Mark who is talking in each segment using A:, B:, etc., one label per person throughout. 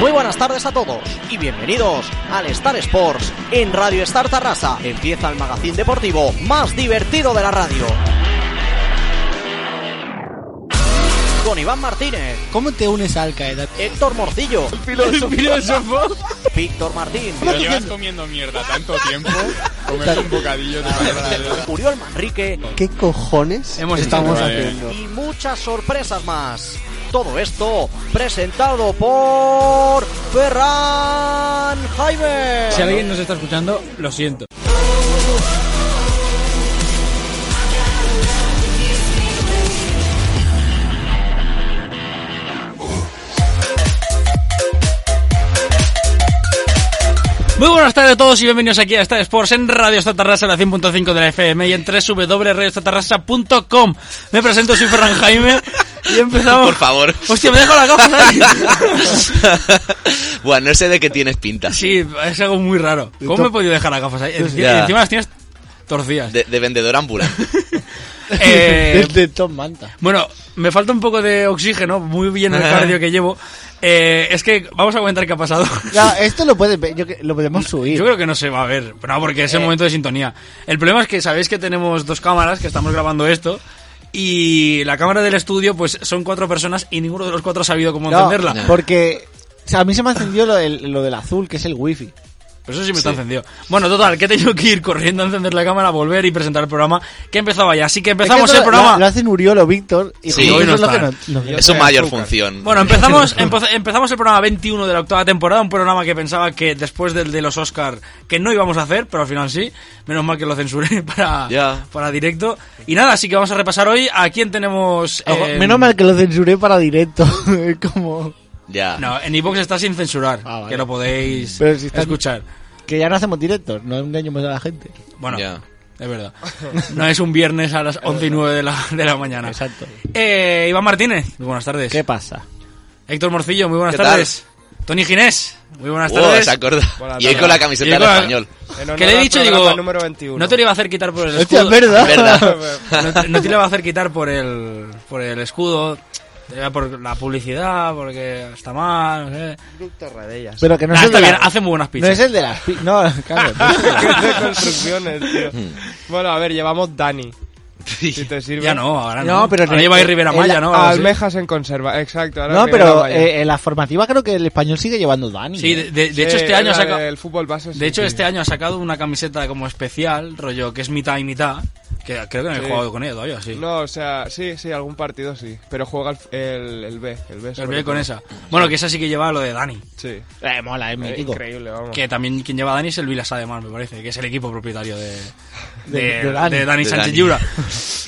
A: Muy buenas tardes a todos y bienvenidos al Star Sports en Radio Star Tarrasa. Empieza el magazín deportivo más divertido de la radio. Con Iván Martínez,
B: ¿Cómo te unes a Al Qaeda?
A: Héctor Morcillo,
C: filósofo.
A: Víctor Martín,
C: Pero llevas comiendo mierda tanto tiempo, comer un bocadillo de
A: Uriol Manrique
B: ¿Qué cojones
C: Hemos
B: estamos
C: intentado, eh.
B: haciendo?
A: y muchas sorpresas más. Todo esto presentado por Ferran Jaime.
D: Si alguien nos está escuchando, lo siento. Muy buenas tardes a todos y bienvenidos aquí a Star Sports en Radio Estatarrasa, la 100.5 de la FM y en www.radioestatarrasa.com. Me presento, soy Ferran Jaime y empezamos.
E: Por favor.
D: Hostia, me dejo la gafa,
E: bueno, no sé de qué tienes pinta.
D: Sí, es algo muy raro. ¿Cómo me he podido dejar las gafas ahí? Encima,
E: Ya.
D: encima las tienes torcidas.
E: De, de vendedor ambulante.
D: Eh,
B: Desde Tom Manta.
D: bueno, me falta un poco de oxígeno, muy bien el cardio que llevo. Eh, es que vamos a comentar qué ha pasado.
B: Ya, esto lo, puedes ver, yo que- lo podemos subir.
D: Yo creo que no se va a ver, pero no, porque es el momento de sintonía. El problema es que sabéis que tenemos dos cámaras, que estamos grabando esto, y la cámara del estudio, pues son cuatro personas y ninguno de los cuatro ha sabido cómo
B: No,
D: encenderla.
B: Porque o sea, a mí se me encendió lo, del- lo del azul, que es el wifi.
D: Pero eso sí me está encendido. Bueno, total, que he tenido que ir corriendo a encender la cámara, volver y presentar el programa, que empezaba ya. Así que empezamos
B: Es que esto
D: el programa.
B: Lo, lo hacen Uriol o Víctor. Y
E: Sí,
B: nosotros
E: hoy
D: no
B: es lo que
D: están.
B: no- no-
E: es su mayor función.
D: Bueno, empezamos, empo- empezamos el programa 21 de la octava temporada, un programa que pensaba que después del de los Oscar que no íbamos a hacer, pero al final sí. Menos mal que lo censuré para,
E: Ya.
D: para directo. Y nada, así que vamos a repasar hoy a quién tenemos...
B: Ojo,
D: eh,
B: Menos mal que lo censuré para directo. Es como.
E: ya.
D: No, en iVoox está sin censurar,
B: Ah, vale.
D: que lo podéis
B: Pero si está-
D: escuchar.
B: Que ya no hacemos directos, no engañemos a la gente.
D: Bueno,
E: Ya.
D: es verdad. No es un viernes a las 11 y 9 de la, de la mañana.
B: Exacto.
D: Eh, Iván Martínez, muy buenas tardes.
B: ¿Qué pasa?
D: Héctor Morcillo, muy buenas
E: ¿Qué tal?
D: tardes. Tony Ginés, muy buenas
E: Wow,
D: tardes.
E: Oh, se acuerda.
F: Buenas
E: Y él
F: tardes.
E: con la camiseta
D: Y
E: del
D: con la-
E: español.
F: En honor
D: que le he
F: al
D: dicho,
F: programa
D: digo,
F: número 21.
D: no te lo iba a hacer quitar por el
B: Hostia,
D: escudo.
B: es verdad.
E: ¿Verdad?
D: No, no te lo iba a hacer quitar por el, por el escudo, era por la publicidad, porque está mal, no sé.
B: Pero que no
D: Nah,
B: es el
D: está
B: de
D: bien,
B: la-
D: hace muy buenas
B: No
D: pizzas.
B: es el de las. pi- No, claro. no es el-
F: de construcciones, tío.
E: Hmm.
F: Bueno, a ver, llevamos Dani. Si te sirve.
D: Ya no, ahora no.
B: No, pero
D: ahora
B: en-
D: lleva ahí
B: en-
D: Rivera
B: en
D: Maya,
B: la-
D: ¿no? Algo así.
F: Almejas en conserva, exacto. ahora
B: No,
F: Rivera
B: pero
F: Valle.
B: eh, en la formativa creo que el español sigue llevando Dani.
D: Sí,
B: ¿eh?
D: de, de- de hecho
F: Sí,
D: este año ha
F: la
D: sacado,
F: del fútbol base.
D: de hecho este año ha sacado una camiseta como especial, rollo que es mitad y mitad, que creo que no he
F: Sí.
D: jugado con ella todavía, sí.
F: No, o sea, sí, sí, algún partido sí. Pero juega el, el, el B. El B,
D: Pero
F: sobre
D: voy
F: todo.
D: con este. esa. Bueno, que esa sí que lleva lo de Dani.
F: Sí.
B: Eh, mola, es
F: Eh,
B: mítico.
F: increíble, vamos.
D: Que también quien lleva a Dani es el Vilas además, me parece, que es el equipo propietario de,
B: De-
D: de,
B: de Dani.
D: de Dani
E: De
D: Sánchez
E: Dani.
D: Llura.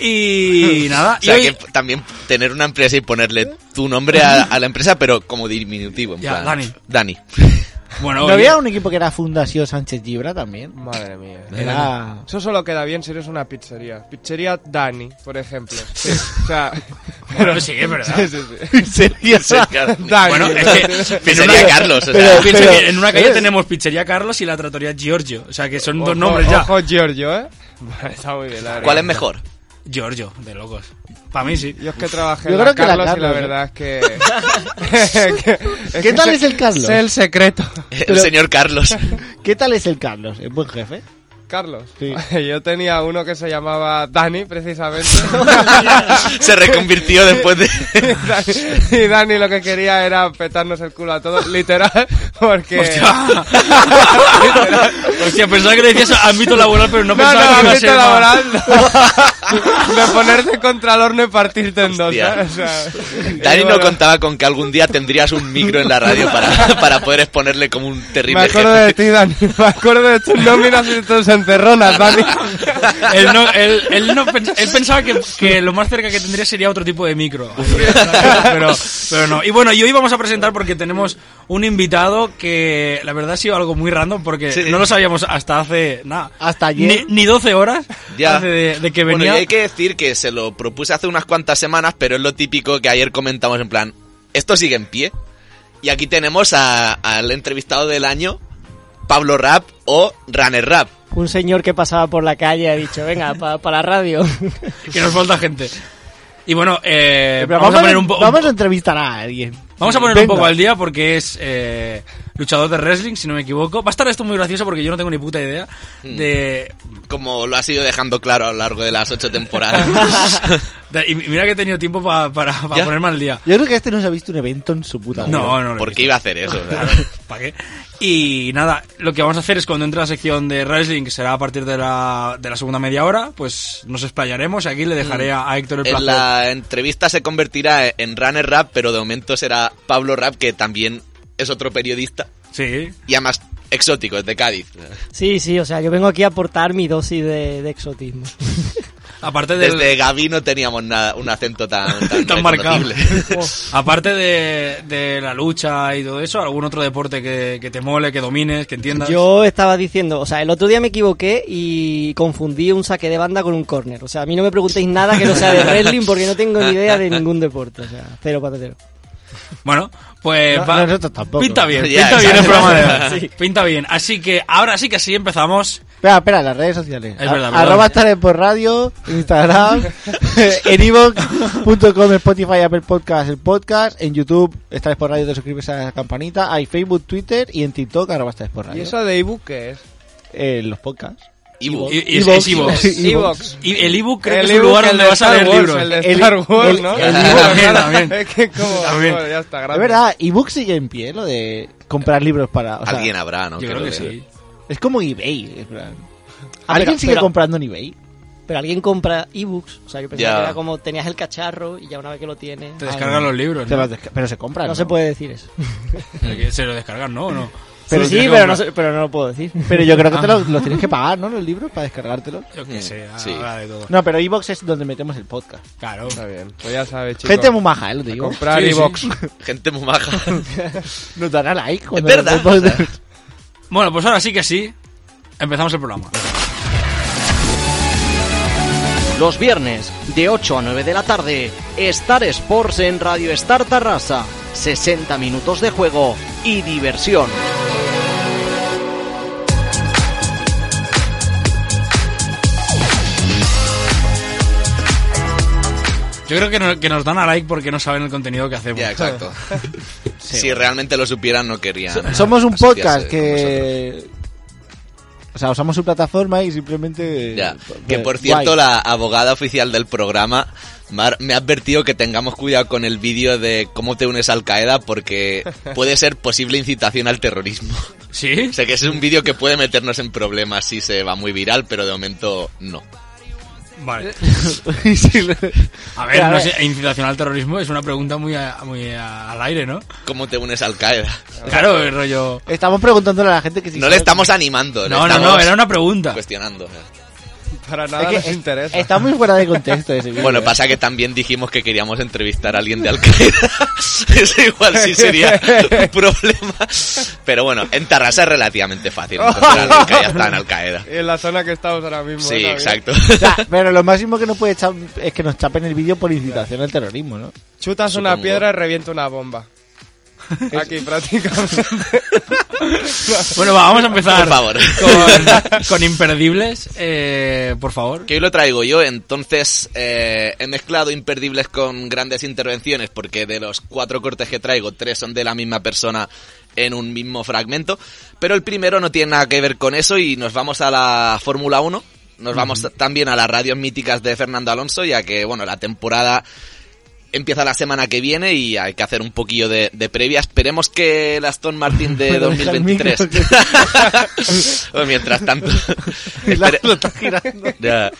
D: Y nada,
E: O sea,
D: y hoy-
E: que también tener una empresa y ponerle tu nombre a, a la empresa, pero como diminutivo. En
D: Ya,
E: plan,
D: Dani.
E: Dani.
D: bueno,
B: ¿No
D: hoy-
B: había un equipo que era Fundación Sánchez Gibra también?
F: Madre mía.
B: Era...
F: Eso solo queda bien si eres una pizzería. Pizzería Dani, por ejemplo. Sí. O sea. pero-
D: sí, es verdad.
F: Sí, sí, sí.
B: Sería-
E: Sí, claro.
F: Dani.
D: Bueno, es que
E: Pizzería Carlos. O
B: pero-
E: sea,
D: piensa
B: pero-
D: que en una calle
B: ¿ves?
D: tenemos Pizzería Carlos y la Trattoria Giorgio, o sea que son
F: Ojo-
D: dos nombres ya.
F: Ojo, Giorgio, ¿eh? Está muy bien, la verdad.
E: ¿Cuál es mejor?
D: Giorgio, de locos. Para mí sí.
F: Yo es que trabajé
B: Yo
F: en
B: creo
F: la
B: que la
F: Carlos, y la
B: Carlos, ¿eh?
F: verdad es que... que- es
B: ¿Qué
F: que
B: tal
F: sé-
B: es el Carlos?
F: Sé el secreto.
E: El señor Carlos.
B: ¿Qué tal es el Carlos? ¿Es buen jefe?
F: Carlos.
B: Sí.
F: Yo tenía uno que se llamaba Dani, precisamente.
E: Se reconvirtió después de.
F: Dani- y Dani lo que quería era petarnos el culo a todos, literal, porque...
D: Hostia. Hostia, pensaba que le decías ámbito laboral, pero no
F: No, no,
D: pensaba que iba a
F: ámbito
D: ser una-
F: laboral. no. De ponerte contra el horno y partirte en dos,
E: Hostia.
F: ¿sabes? O sea,
E: Dani
F: y
E: no
F: bueno,
E: contaba con que algún día tendrías un micro en la radio para, para poder exponerle como un
F: Me
E: terrible
F: acuerdo de
E: jefe.
F: ti, Dani. Me acuerdo de tus nóminas y de tus encerronas, Dani.
D: Él, no, él, él no pens- él pensaba que, que lo más cerca que tendría sería otro tipo de micro. Pero, pero no. Y bueno, y hoy vamos a presentar porque tenemos un invitado que la verdad ha sido algo muy random porque no lo sabíamos hasta hace nada.
B: Hasta ayer.
D: Ni, ni 12 horas
E: Ya.
D: hace de, de que
E: Bueno,
D: venía.
E: y hay que decir que se lo propuse hace unas cuantas semanas, pero es lo típico que ayer comentamos en plan, esto sigue en pie. Y aquí tenemos a- al entrevistado del año, Pablo Rap o Runner Rap.
G: Un señor que pasaba por la calle ha dicho, venga, para la radio.
B: Eh,
D: que nos falta gente. Y bueno, eh,
B: Pero
D: vamos, a poner un, po- un-
B: vamos a entrevistar a alguien.
D: vamos a poner un
B: Venga.
D: poco al día porque es eh, luchador de wrestling, si no me equivoco. Va a estar esto muy gracioso porque yo no tengo ni puta idea
E: Mm.
D: de...
E: Como lo has ido dejando claro a lo largo de las ocho temporadas.
D: de- y mira que he tenido tiempo pa- para para
E: Ya.
D: ponerme al día.
B: Yo creo que este no se ha visto un evento en su puta vida.
D: No, no, no.
E: ¿Por qué iba a hacer eso? O sea,
D: ¿Para qué? Y nada, lo que vamos a hacer es cuando entre la sección de wrestling, que será a partir de la, de la segunda media hora, pues nos explayaremos. Aquí le dejaré a, a Héctor el placer.
E: Mm. en la entrevista se convertirá en Runner Rap, pero de momento será Pablo Rap, que también es otro periodista
D: Sí.
E: y además exótico, es de Cádiz.
G: Sí, sí, o sea, yo vengo aquí a aportar mi dosis de, de exotismo.
D: Aparte del,
E: Desde Gaby no teníamos nada, un acento tan, tan,
D: Tan marcado.
E: reconocible.
D: Aparte de, de la lucha y todo eso, ¿algún otro deporte que, que te mole, que domines, que entiendas?
G: Yo estaba diciendo, o sea, el otro día me equivoqué y confundí un saque de banda con un corner. O sea, a mí no me preguntéis nada que no sea de wrestling porque no tengo ni idea de ningún deporte. O sea, cero patatero.
D: Bueno, pues
B: No,
D: va-
B: nosotros tampoco.
D: pinta bien,
E: Ya,
D: pinta bien el
E: exacto.
D: programa de hoy.
G: Sí.
D: Pinta bien. Así que ahora sí que sí empezamos.
B: Espera, espera, las redes sociales.
D: Es verdad,
B: A-
D: verdad.
B: Arroba estaré por radio, Instagram, eh, en iVoox.com, Spotify, Apple Podcast, el podcast. En YouTube, estaré por radio, te suscribes a la campanita. Hay Facebook, Twitter y en TikTok, arroba estaré por
F: ¿Y
B: radio.
F: eso de ebook qué es?
B: Eh, los podcasts.
E: Ivo.
D: Y, y- es-
B: Evox.
D: es iVoox.
B: Sí,
F: Evox.
D: Y el ebook creo
F: El
D: que es un
F: ebook,
D: lugar
F: el
D: donde
F: de
D: vas a
F: Star
D: leer
F: Wars,
D: libros.
F: El de
B: El-
F: Star Wars,
B: el-
F: ¿no?
D: el ebook también, también.
F: Es que como...
D: También.
F: bueno, ya está,
B: Es
F: gracias.
B: verdad, ebook sigue en pie lo de comprar libros para. o sea,
E: Alguien habrá, Ah, ¿no?
D: Yo creo
E: lo
D: que
E: lea.
D: sí.
B: Es como eBay. en plan.
G: Ah,
B: ¿Alguien
G: pero-
B: sigue
G: pero-
B: comprando en eBay?
G: Pero alguien compra ebooks, o sea, yo pensaba
E: Ya.
G: que era como tenías el cacharro y ya una vez que lo tienes... ah,
D: Te descargan los libros.
B: Te
D: Pues ¿no?
B: los desca- pero se compran.
G: No, se puede decir eso.
D: Pero que Se lo descargan, ¿no? ¿O no?
G: Pero
D: Lo
G: sí,
D: tienes que
G: pero no,
D: comprar.
G: sé- pero no lo puedo decir.
B: Pero yo creo que te
D: Ah.
B: los, los tienes que pagar, ¿no? Los libros para descargártelos.
D: Yo qué sé,
E: Sí.
D: habrá de todo.
B: No, pero iBox es donde metemos el podcast.
D: Claro.
F: Está bien, pues ya sabes, chicos.
B: Gente muy maja, ¿eh? Lo digo.
F: Comprar
D: Sí, sí.
F: Evox.
E: Gente muy maja.
B: Nos dará like. cuando
E: Es verdad.
B: nos vemos.
D: Bueno, pues ahora sí que sí. Empezamos el programa.
A: Los viernes, de 8 a 9 de la tarde, Star Sports en Radio Star Tarrasa. 60 minutos de juego y diversión.
D: Yo creo que, no- que nos dan a like porque no saben el contenido que hacemos.
E: ya, exacto. si realmente lo supieran, no querían.
B: Somos un
E: asociarse
B: podcast
E: con
B: que. O sea, usamos su plataforma y simplemente. pues,
E: nosotros. Ya. Que por cierto,
B: Guay.
E: la abogada oficial del programa, Mar, me ha advertido que tengamos cuidado con el vídeo de cómo te unes a Al Qaeda porque puede ser posible incitación al terrorismo.
D: ¿Sí?
E: O sea que ese es un vídeo que puede meternos en problemas si se va muy viral, pero de momento no.
D: Vale.
B: Y si le-
D: A ver,
B: A
D: no
B: ver.
D: sé, incitación al terrorismo es una pregunta muy, a- muy a- al aire, ¿no?
E: ¿Cómo te unes a Al Qaeda?
D: Claro, el rollo...
B: Estamos preguntándole a la gente que si
E: No
B: sabe-
E: le estamos animando, le
D: No, no,
E: estamos Pues-
D: no, era una pregunta.
E: cuestionando.
F: Para
B: Es
F: nada
B: que
F: nos
B: es-
F: interesa.
B: Está muy fuera de contexto ese vídeo.
E: Bueno, pasa que también dijimos que queríamos entrevistar a alguien de Al Qaeda. Eso igual sí sería un problema. Pero bueno, en Tarrasa es relativamente fácil encontrar a alguien que haya estado en Al Qaeda.
F: En la zona que estamos ahora mismo.
E: Sí,
F: ¿no?
E: exacto.
B: O sea, pero lo máximo que nos puede echar es que nos chapen el vídeo por incitación al terrorismo, ¿no?
F: Chutas una
E: Supongo.
F: piedra y revienta una bomba. Aquí prácticamente.
D: Bueno, va, vamos a empezar
E: Por favor.
D: Con, con imperdibles, eh, por favor.
E: Que hoy lo traigo yo, entonces eh, he mezclado imperdibles con grandes intervenciones porque de los cuatro cortes que traigo, tres son de la misma persona en un mismo fragmento. Pero el primero no tiene nada que ver con eso y nos vamos a la Fórmula 1. Nos vamos también a las radios míticas de Fernando Alonso, ya que, bueno, la temporada empieza la semana que viene y hay que hacer un poquillo de, de previa. Esperemos que el Aston Martin de
B: Pero deja el
E: 2023.
B: micro
E: Bueno, Mientras tanto.
B: La-
E: espere-
B: lo está girando.
E: ya.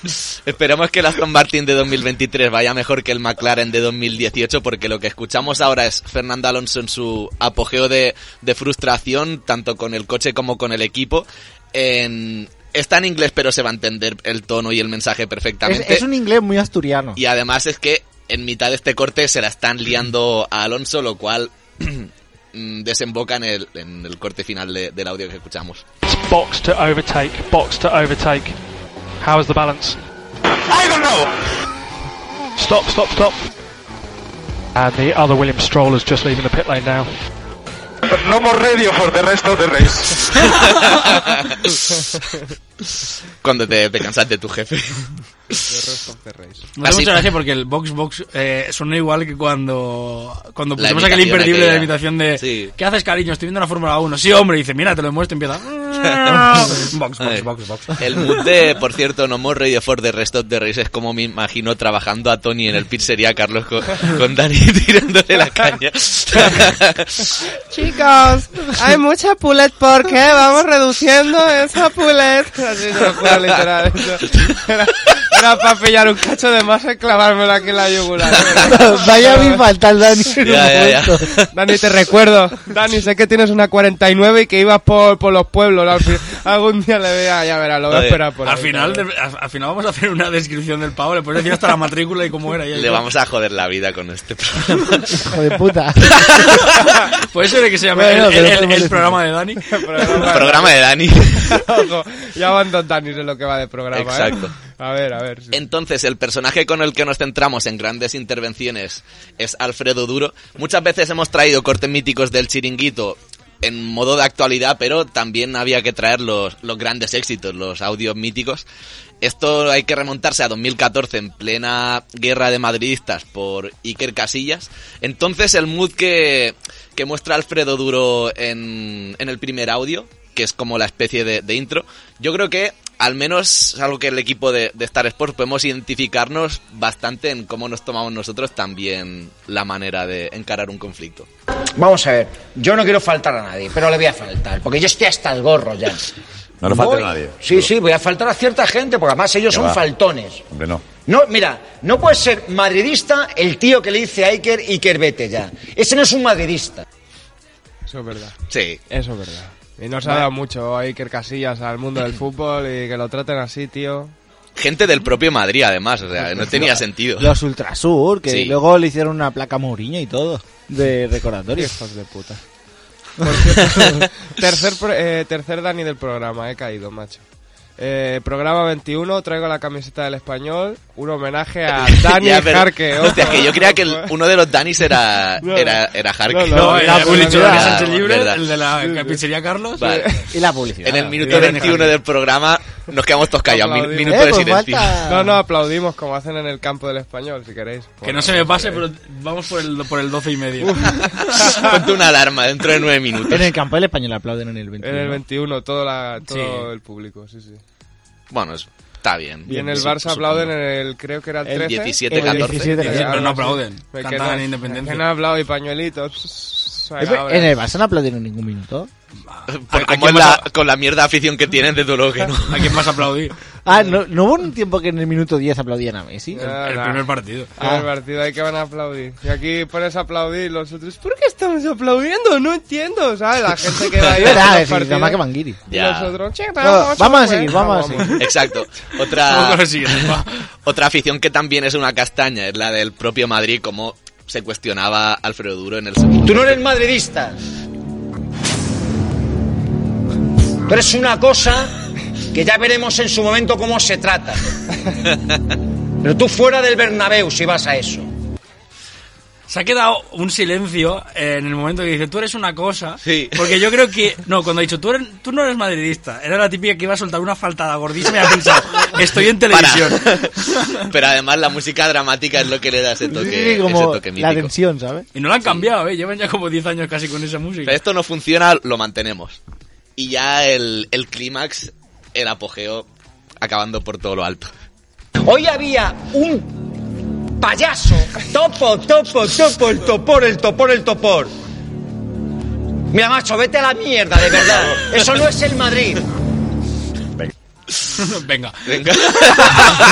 E: Esperemos que el Aston Martin de 2023 vaya mejor que el McLaren de 2018 porque lo que escuchamos ahora es Fernando Alonso en su apogeo de, de frustración, tanto con el coche como con el equipo, en está en inglés, pero se va a entender el tono y el mensaje
B: Es,
E: perfectamente.
B: es un inglés muy asturiano.
E: Y además es que en mitad de este corte se la están liando a Alonso, lo cual mm, desemboca en el, en el corte final de- del audio que escuchamos.
H: box to overtake, box to overtake. How is the balance? I don't know! Stop, stop, stop. And the other William Stroll is just leaving the pit lane now.
I: No more radio for the rest of the race.
E: Cuando te, te cansas de tu jefe.
D: Me hace
E: Así-
D: mucha gracia porque el Box Box eh, suena igual que cuando, cuando
E: La
D: pusimos aquel
E: imitación
D: imperdible de la
E: aquella.
D: imitación de
E: Sí.
D: ¿Qué haces, cariño? Estoy viendo la Fórmula 1. Sí, hombre, dice, mira, te lo muestro y empieza. box, box, box, box.
E: El mood de, por cierto, No More Radio for the Rest of the Race es como me imagino trabajando a Tony en el pizzería Carlos con, con Dani tirándole la caña.
F: Chicos, hay mucha pulet porque vamos reduciendo esa pulet. Así se lo juro, literal. Era, era para pillar un cacho de masa y clavármelo aquí en la yugular.
B: Vaya mi fatal, Dani. en un
E: Ya, ya,
B: momento.
E: ya.
F: Dani, te recuerdo. Dani, sé que tienes una 49 y que ibas por, por los pueblos. Al fin- algún día le vea, ya verás, lo voy a
E: Oye,
F: esperar por
D: Al
F: ahí,
D: final,
F: cabrón.
D: de- al, al final vamos a hacer una descripción del pavo, le puedes decir hasta la matrícula y cómo era. y ahí-
E: Le vamos a joder la vida con este programa.
B: Hijo de puta.
D: Puede ser que se llame
B: Bueno,
D: el,
B: pero
D: el- el
B: podemos decir.
D: programa de Dani.
E: El programa de Dani.
F: Ojo, ya van dos Danis en lo que va de programa. ¿eh?
E: Exacto.
F: A ver, a ver. sí.
E: Entonces, el personaje con el que nos centramos en grandes intervenciones es Alfredo Duro. Muchas veces hemos traído cortes míticos del chiringuito en modo de actualidad, pero también había que traer los, los grandes éxitos, los audios míticos. Esto hay que remontarse a 2014, en plena guerra de madridistas por Iker Casillas. Entonces, el mood que, que muestra Alfredo Duro en, en el primer audio, que es como la especie de, de intro, yo creo que al menos es algo que el equipo de, de Star Sports podemos identificarnos bastante en cómo nos tomamos nosotros también la manera de encarar un conflicto.
J: Vamos a ver, yo no quiero faltar a nadie, pero le voy a faltar, porque yo estoy hasta el gorro ya.
I: No le falta
J: Voy-
I: a nadie.
J: Sí, sí, voy a faltar a cierta gente, porque además ellos
I: Que
J: son
I: va.
J: faltones.
I: Hombre, no.
J: No, mira, no puede ser madridista el tío que le dice a Iker, Iker vete ya. Ese no es un madridista.
F: Eso es verdad.
E: Sí.
F: Eso es verdad. Y nos ha dado mucho Iker Casillas al mundo del fútbol y que lo traten así, tío.
E: Gente del propio Madrid, además, o sea, no tenía sentido.
B: Los Ultrasur, que
E: Sí.
B: luego le hicieron una placa a Mourinho y todo. De recordatorio.
F: Hijos de puta. Por cierto, tercer, pro- eh, tercer Dani del programa, he caído, macho. Eh, programa 21, traigo la camiseta del español, un homenaje a Dani
E: Ya, pero-
F: Jarque.
E: Hostia,
F: ojo,
E: que yo creía que el-
F: ojo, eh.
E: uno de los Danis era,
F: No,
E: era, era Jarque.
F: no,
D: No,
F: eh,
D: el de
F: pues,
D: Willy
F: la
D: Churro,
F: verdad,
D: que es Sánchez
E: la
D: Libre,
E: verdad.
D: el de la pizzería Carlos.
E: Vale.
B: Y la publicidad.
E: En el minuto
D: sí,
E: 21
D: Jarque.
E: del programa nos quedamos todos callados. Min-
F: Aplaudimos.
E: minuto
B: Eh,
E: de
B: pues
E: silencio.
B: falta.
F: No, no, aplaudimos como hacen en el campo del español, si queréis.
D: Que no se me pase, pero vamos por el, por el 12 y medio.
E: Ponte una alarma dentro de nueve minutos.
B: En el campo del español aplauden en el
F: En
B: 21.
F: el 21, todo, la, todo
D: Sí.
F: el público, sí, sí.
E: Bueno, es- está bien.
F: Y en el Barça aplauden en el, creo que era el
B: El
F: 13.
E: 17,
B: El
E: 14.
B: 17,
F: Ya,
D: Sí, pero no
F: algo así.
D: aplauden.
F: Me
D: Cantan
F: quedo-
D: en Independencia.
F: me han hablado y pañuelitos.
B: Eh, pero En el Barça no aplauden en ningún minuto.
E: Por
D: ¿A- a quién
E: cómo es
D: vas
E: Pues la-
D: a-
E: con la mierda de afición que tienen, desde luego que no.
D: ¿A quién vas a aplaudir?
B: Ah, no, no hubo un tiempo que en el minuto 10 aplaudían a Messi.
F: Eh,
D: El primer partido.
F: Ah. El partido ahí que van a aplaudir. Y aquí pones a aplaudir los otros. ¿Por qué estamos aplaudiendo? No entiendo, ¿sabes? La gente que va ahí.
B: Es
F: a los
B: verdad, es
F: partidos.
B: Ah, nada más que Manguiri.
F: Y
E: Ya.
F: nosotros, "Che,
B: No, vamos a
F: pues,
B: seguir, vamos a
F: vamos".
B: seguir.
E: Exacto.
D: Vamos
E: Otra,
D: con el siguiente, va.
E: otra afición que también es una castaña es la del propio Madrid, como se cuestionaba Alfredo Duro en el segundo.
J: Tú no eres madridista. Pero es una cosa que ya veremos en su momento cómo se trata. Pero tú fuera del Bernabéu si vas a eso.
D: Se ha quedado un silencio eh, en el momento que dice, tú eres una cosa.
E: Sí.
D: Porque yo creo que... No, cuando ha dicho, tú, eres- tú no eres madridista. Era la típica que iba a soltar una faltada gordísima y ha pensado, estoy en
E: Para.
D: televisión.
E: Pero además la música dramática es lo que le da ese toque,
B: Sí,
E: ese
B: como
E: toque
B: la
E: mítico.
B: tensión, ¿sabes?
D: Y no la han cambiado, ¿eh? Llevan ya como 10 años casi con esa música.
E: Pero esto no funciona, lo mantenemos. Y ya el, el clímax, el apogeo, acabando por todo lo alto.
J: Hoy había un payaso. Topo, topo, topo, el topor, el topor, el topor. Mira, macho, vete a la mierda, de verdad. Eso no es el Madrid.
D: Venga.
E: Venga.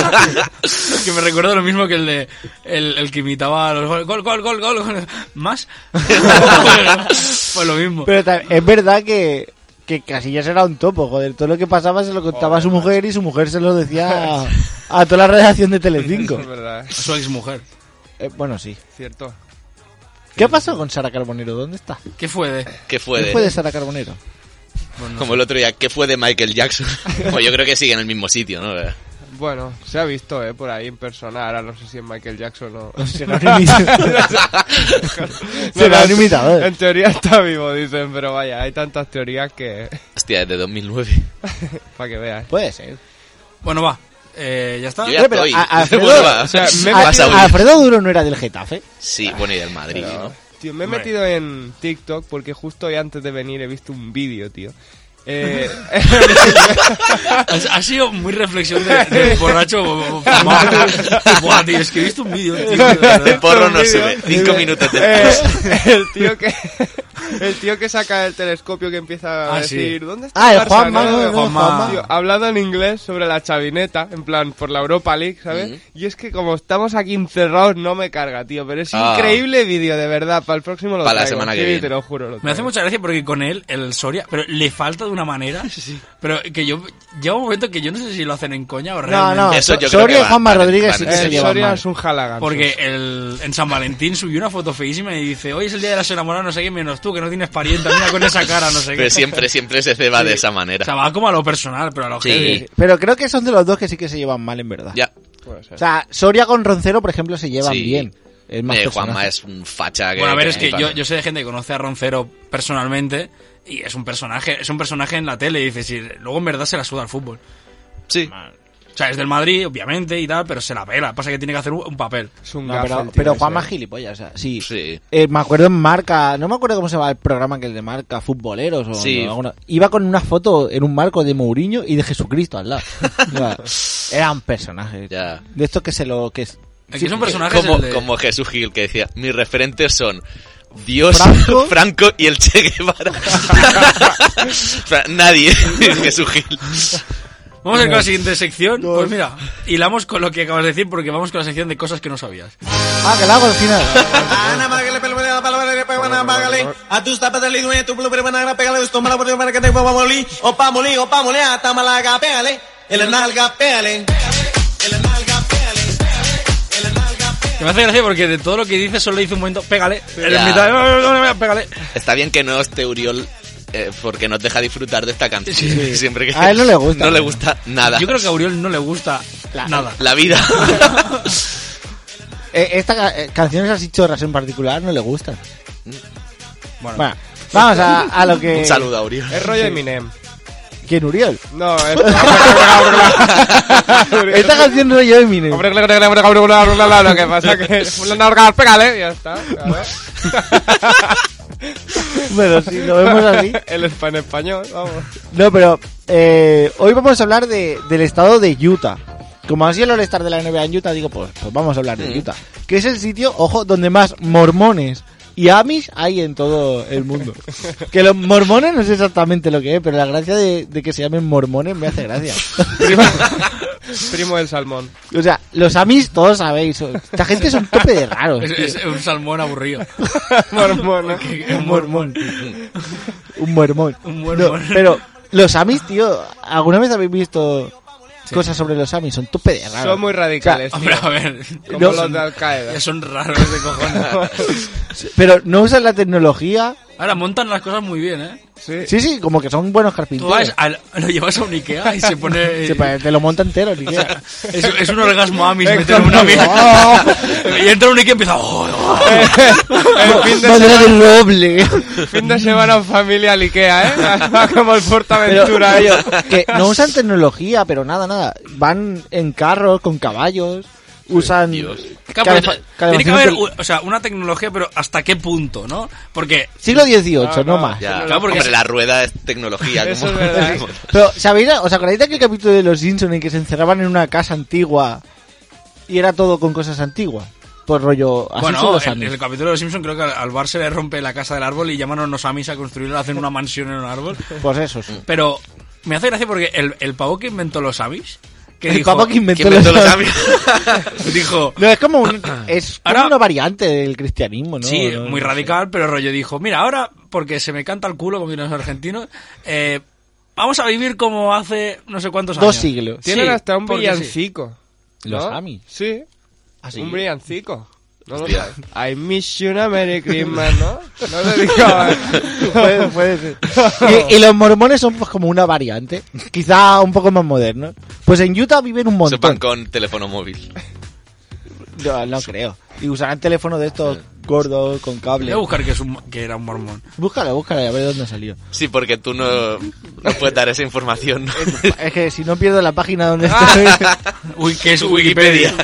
D: que me recuerda lo mismo que el de el, el que imitaba a los goles. Gol, gol, gol, gol. gol. ¿Más? pues lo mismo.
B: Pero ta- es verdad que, que Casillas era un topo, joder. Todo lo que pasaba se lo contaba a su mujer y su mujer se lo decía a, a toda la redacción de Telecinco.
F: Es verdad.
D: A su exmujer.
B: Eh, bueno, sí.
F: Cierto.
B: ¿Qué pasó con Sara Carbonero? ¿Dónde está?
D: ¿Qué fue de?
E: ¿Qué fue
B: ¿Qué
E: de?
B: fue de Sara Carbonero?
E: Como el otro día, ¿qué fue de Michael Jackson? Bueno, yo creo que sigue en el mismo sitio, ¿no?
F: Bueno, se ha visto, ¿eh? Por ahí en persona. Ahora no sé si es Michael Jackson o...
B: Será un imitador. Será un imitador.
F: En teoría está vivo, dicen, pero vaya, hay tantas teorías que...
E: Hostia, es de 2009.
F: Para que veas.
B: Puede ser.
D: Bueno, va. Eh, ya está.
E: Yo ya
B: Eh, pero
E: estoy.
B: a- a Alfredo-
E: Bueno, va.
F: o sea, me he
B: A-
E: Vas a huir.
B: Alfredo Duro Ah, no era del Getafe.
E: Sí, bueno, y del Madrid, ¿no?
F: Tío, me he metido en TikTok porque justo hoy antes de venir he visto un vídeo, tío. Eh,
D: Ha, ha sido muy reflexión de, de borracho fumado. Buah, tío, es que he visto un vídeo, tío, de verdad.
E: El porro no
F: Un vídeo.
E: sube. Cinco minutos
F: eh,
E: después.
F: el tío que el tío que saca el telescopio que empieza a
D: Ah, sí.
F: decir ¿dónde está
B: Ah, el
F: Barça,
B: Juanma,
F: no?
B: no, no,
D: Juanma.
B: Juanma.
F: Tío, hablando en inglés sobre la chavineta, en plan, por la Europa League, ¿sabes? Y es que como estamos aquí encerrados, no me carga, tío. Pero es
E: Ah.
F: increíble vídeo, de verdad. Para el próximo lo
E: Para la
F: traigo.
E: semana que
F: Sí,
E: viene.
F: te lo juro. lo
D: Me hace
F: traigo.
D: mucha gracia porque con él, el Soria, pero le falta de una manera. Pero que yo. Llega un momento que yo no sé si lo hacen en coña
B: No,
D: o realmente.
B: no.
E: Eso yo creo
B: Soria
E: que
B: y
E: va-
B: Juanma
E: van-
B: Rodríguez
E: van
B: sí
E: en
B: que se
F: Eh,
E: serio.
B: llevan
F: Soria
B: mal.
F: es un jalagan.
D: Porque el, en San Valentín subió una foto feísima y dice: Hoy es el día de las enamoradas, no sé qué, menos tú, que no tienes pariente, mira con esa cara, no sé qué.
E: Pero siempre, siempre se ceba de esa
D: O sea,
E: manera.
D: va como a lo personal, pero a lo
E: Sí.
D: heavy.
B: Pero creo que son de los dos que sí que se llevan mal, en verdad.
E: Ya.
B: O sea, Soria con Roncero, por ejemplo, se llevan
E: Sí.
B: bien. Es más
E: Eh,
B: personaje.
E: Juanma es un facha que...
D: Bueno, a ver, es que
E: flipas.
D: yo, yo sé de gente que conoce a Roncero personalmente y es un personaje, es un personaje en la tele y dices, "Sí, luego en verdad se la suda al fútbol.
E: Sí.
D: O sea, es del Madrid, obviamente, y tal, pero se la pela. Pasa que tiene que hacer un, un papel.
F: Es un
B: No,
F: gafe,
B: pero,
F: el tío
B: pero
F: ese.
B: Juanma es gilipollas, o sea, sí.
E: Sí.
B: Eh, me acuerdo en Marca, no me acuerdo cómo se llama el programa que el de Marca, Futboleros o
E: Sí.
B: alguna- Iba con una foto en un marco de Mourinho y de Jesucristo al lado. O sea, era un personaje.
E: Ya.
B: De estos que se lo... que es-
D: Aquí es un personaje es
E: Como,
D: el de-
E: como Jesús Gil que decía, mis referentes son Dios,
B: Franco.
E: Franco, y el Che Guevara. O sea, nadie. Jesús Gil.
D: Vamos a ir con la siguiente sección. Pues mira, hilamos con lo que acabas de decir porque vamos con la sección de cosas que no sabías.
B: Ah, que la hago al final.
K: ε,
D: Que me hace gracia porque de todo lo que dice solo dice un momento, pégale. En
E: Ya.
D: mitad de- pégale.
E: Está bien que no esté Uriol eh, porque nos deja disfrutar de esta canción. Siempre que
B: A él no le gusta.
E: No le gusta nada.
D: Yo creo que a Uriol no le gusta nada.
E: La vida.
B: Eh, esta ca- eh, canciones así chorras en particular no le gustan. Bueno,
D: Bueno.
B: vamos a, a lo que...
E: Un saludo a Uriol.
F: Es rollo Eminem.
B: ¿Quién, Uriel?
F: No, es... Ah,
B: esta canción no yo Eminem.
F: Hombre, hombre, hombre, hombre, hombre, hombre, hombre, hombre, Lo que pasa que una narga, pégale, ¿eh? ya está.
B: Bueno, si lo vemos así...
F: El en español, vamos.
B: No, pero eh, hoy vamos a hablar de- del estado de Utah. Como así el All-Star de la NBA en Utah, digo, pues, pues vamos a hablar
E: Mm.
B: de Utah. Que es el sitio, ojo, donde más mormones y amish hay en todo el mundo. Que los mormones no sé exactamente lo que es, pero la gracia de, de que se llamen mormones me hace gracia.
F: Primo, primo del salmón.
B: o sea, los amish todos sabéis. son- Esta gente es un tope de raros.
D: Es,
B: tío.
D: es un salmón aburrido.
F: Mormona.
B: un mormón. un mormón.
D: Un mormón.
B: No, pero los amis, tío, ¿alguna vez habéis visto cosas sobre los amis? Son tope de raros.
F: Son muy radicales,
D: Hombre, a
F: tío.
D: ver.
F: Como
B: no,
F: los de Al
D: Ya
F: Qaeda.
D: son raros de cojones.
B: Pero no usan la tecnología.
D: Ahora montan las cosas muy bien, ¿eh?
F: Sí.
B: Sí, sí, como que son buenos
D: Tú
B: carpinteros.
D: vas, al- lo llevas a un Ikea y se pone...
B: Se pa- te lo monta entero, ni idea.
D: es, es un orgasmo Amis meter una mina.
B: ¡Oh!
D: y entra un Ikea y empieza... "Oh, oh".
F: El fin de,
B: Madera del doble.
F: fin de semana en familia al Ikea, ¿eh? Como el ¿eh?
B: Pero,
F: Portaventura.
B: tío, que no usan tecnología, pero nada, nada. Van en carros, con caballos. Usan.
E: Dios.
D: Claro,
B: calefa-
D: pero tiene que
B: calefacción
D: haber
B: pel-
D: u- o sea, una tecnología, pero ¿hasta qué punto, no? Porque...
B: Siglo XVIII, no
F: no,
B: más.
E: Ya.
D: Ah, Claro, porque
E: Hombre,
D: es-
E: la rueda es tecnología.
F: Eso
E: como-
F: es verdad.
B: Pero, ¿sabéis? ¿Os acordáis de aquel capítulo de Los Simpsons en que se encerraban en una casa antigua y era todo con cosas antiguas? Pues rollo, así son
D: Bueno,
B: los
D: en, en
B: amis.
D: el capítulo de los Simpsons creo que al, al bar se le rompe la casa del árbol y llaman a unos amis a construirla, hacen una mansión en un árbol.
B: Pues esos.
D: Pero me hace gracia porque el, el pavo que inventó los amis que
B: El
D: dijo...
B: papa que inventó Que inventó los los
D: cambios. dijo...
B: No, es como, un, es como una variante del cristianismo, ¿no?
D: Sí,
B: No,
D: muy
B: no sé.
D: radical, pero rollo dijo, mira, ahora, porque se me canta el culo, como dicen los argentinos, eh, vamos a vivir como hace no sé cuántos
B: Dos
D: años.
B: siglos.
F: Tienen
D: Sí,
F: hasta un
D: porque sí.
F: villancico. ¿no?
B: Los Amis.
F: Sí.
B: sí?
F: Un villancico. No lo
E: Hostia.
F: sabes. I miss you a Merry Christmas, ¿no? No lo digo.
B: Puede- puede ser. Y, y los mormones son pues como una variante, quizá un poco más moderno. Pues en Utah viven un montón.
E: Sepan con teléfono móvil.
B: No, no creo. Y usarán teléfono de estos gordos con
D: Voy
B: cable.
D: a buscar que, es un- que era un mormón.
B: Búscala, búscala y a ver dónde salió.
E: Sí, porque tú no, no puedes dar esa información.
B: Es que si no pierdo la página donde está.
D: Uy, que es Wikipedia.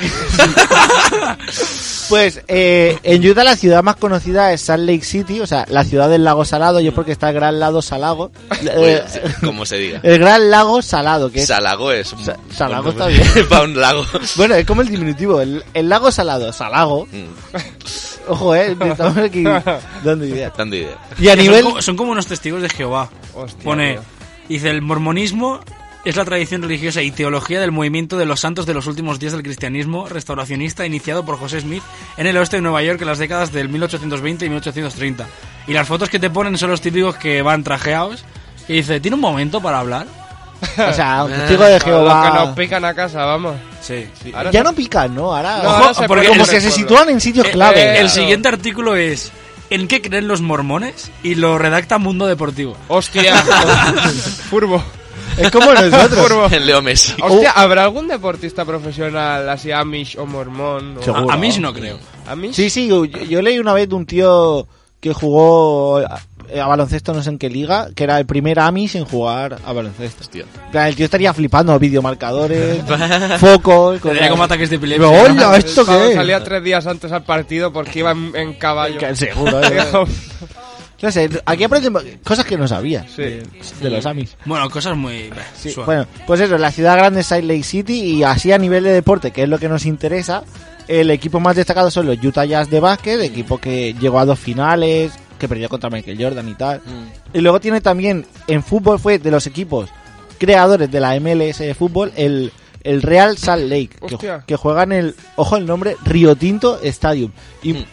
B: pues eh, en Utah la ciudad más conocida es Salt Lake City, o sea, la ciudad del lago salado, y es porque está el gran lago salado. Eh,
E: Oye, Pues, como se diga.
B: el gran lago salado, que es...
E: Salago es un...
B: eh, Sa- Salago
E: un-
B: está bien.
E: Para un lago.
B: Bueno, es como el diminutivo, el, el lago salado, salago.
E: Mm,
B: Ojo, eh, estamos aquí dando ideas.
E: Dando idea.
B: Y a
D: Que son
B: nivel-
D: co- Son como, unos testigos de Jehová.
F: Hostia,
D: Pone...
F: tío.
D: Dice, el mormonismo... Es la tradición religiosa y teología del movimiento de los santos de los últimos días del cristianismo restauracionista iniciado por José Smith en el oeste de Nueva York en las décadas del 1820 y 1830. Y las fotos que te ponen son los típicos que van trajeados y dice, ¿tiene un momento para hablar?
B: O sea, un testigo de
F: Ah, Los que nos
B: Jehová.
F: pican a casa, vamos.
D: Sí.
F: Ahora
B: Ya
F: se-
B: no pican, ¿no? Ahora.
F: No, ahora se
D: porque
F: ponen
B: como
D: el-
B: que se
F: recuerdo.
B: sitúan en sitios
D: Eh,
B: clave.
D: eh, el
F: Claro.
D: siguiente artículo es ¿En qué creen los mormones? Y lo redacta Mundo Deportivo.
F: Hostia. Furbo.
B: Es como nosotros.
F: Furbo.
E: En Leo Messi.
B: Oh.
F: Hostia, ¿habrá algún deportista profesional así Amish o mormón?
B: Seguro.
F: O...
D: A, a mí sí no creo.
F: ¿Amish?
B: Sí, sí, yo, yo leí una vez de un tío que jugó a, a baloncesto no sé en qué liga, que era el primer AMI sin jugar a baloncesto.
E: Hostia.
B: En plan, El tío estaría flipando videomarcadores, focos,
D: Tendría como ataques de
B: Pero,
D: epilepsia.
B: Hola, ¿esto
F: El pavo
B: qué es?
F: Salía tres días antes al partido porque iba en, en caballo.
B: Que- Seguro, eh. No sé, aquí aprendemos cosas que no sabías
F: Sí.
B: de, de los AMIs.
D: Bueno, cosas muy... bah,
B: Sí,
D: suave.
B: bueno, pues eso, la ciudad grande es Salt Lake City y así a nivel de deporte, que es lo que nos interesa, el equipo más destacado son los Utah Jazz de básquet, equipo que llegó a dos finales, que perdió contra Michael Jordan y tal. Y luego tiene también, en fútbol fue de los equipos creadores de la MLS de fútbol, el, el Real Salt Lake, que,
F: Hostia.
B: que juega en el, ojo el nombre, Rio Tinto Stadium. Y
E: Mm.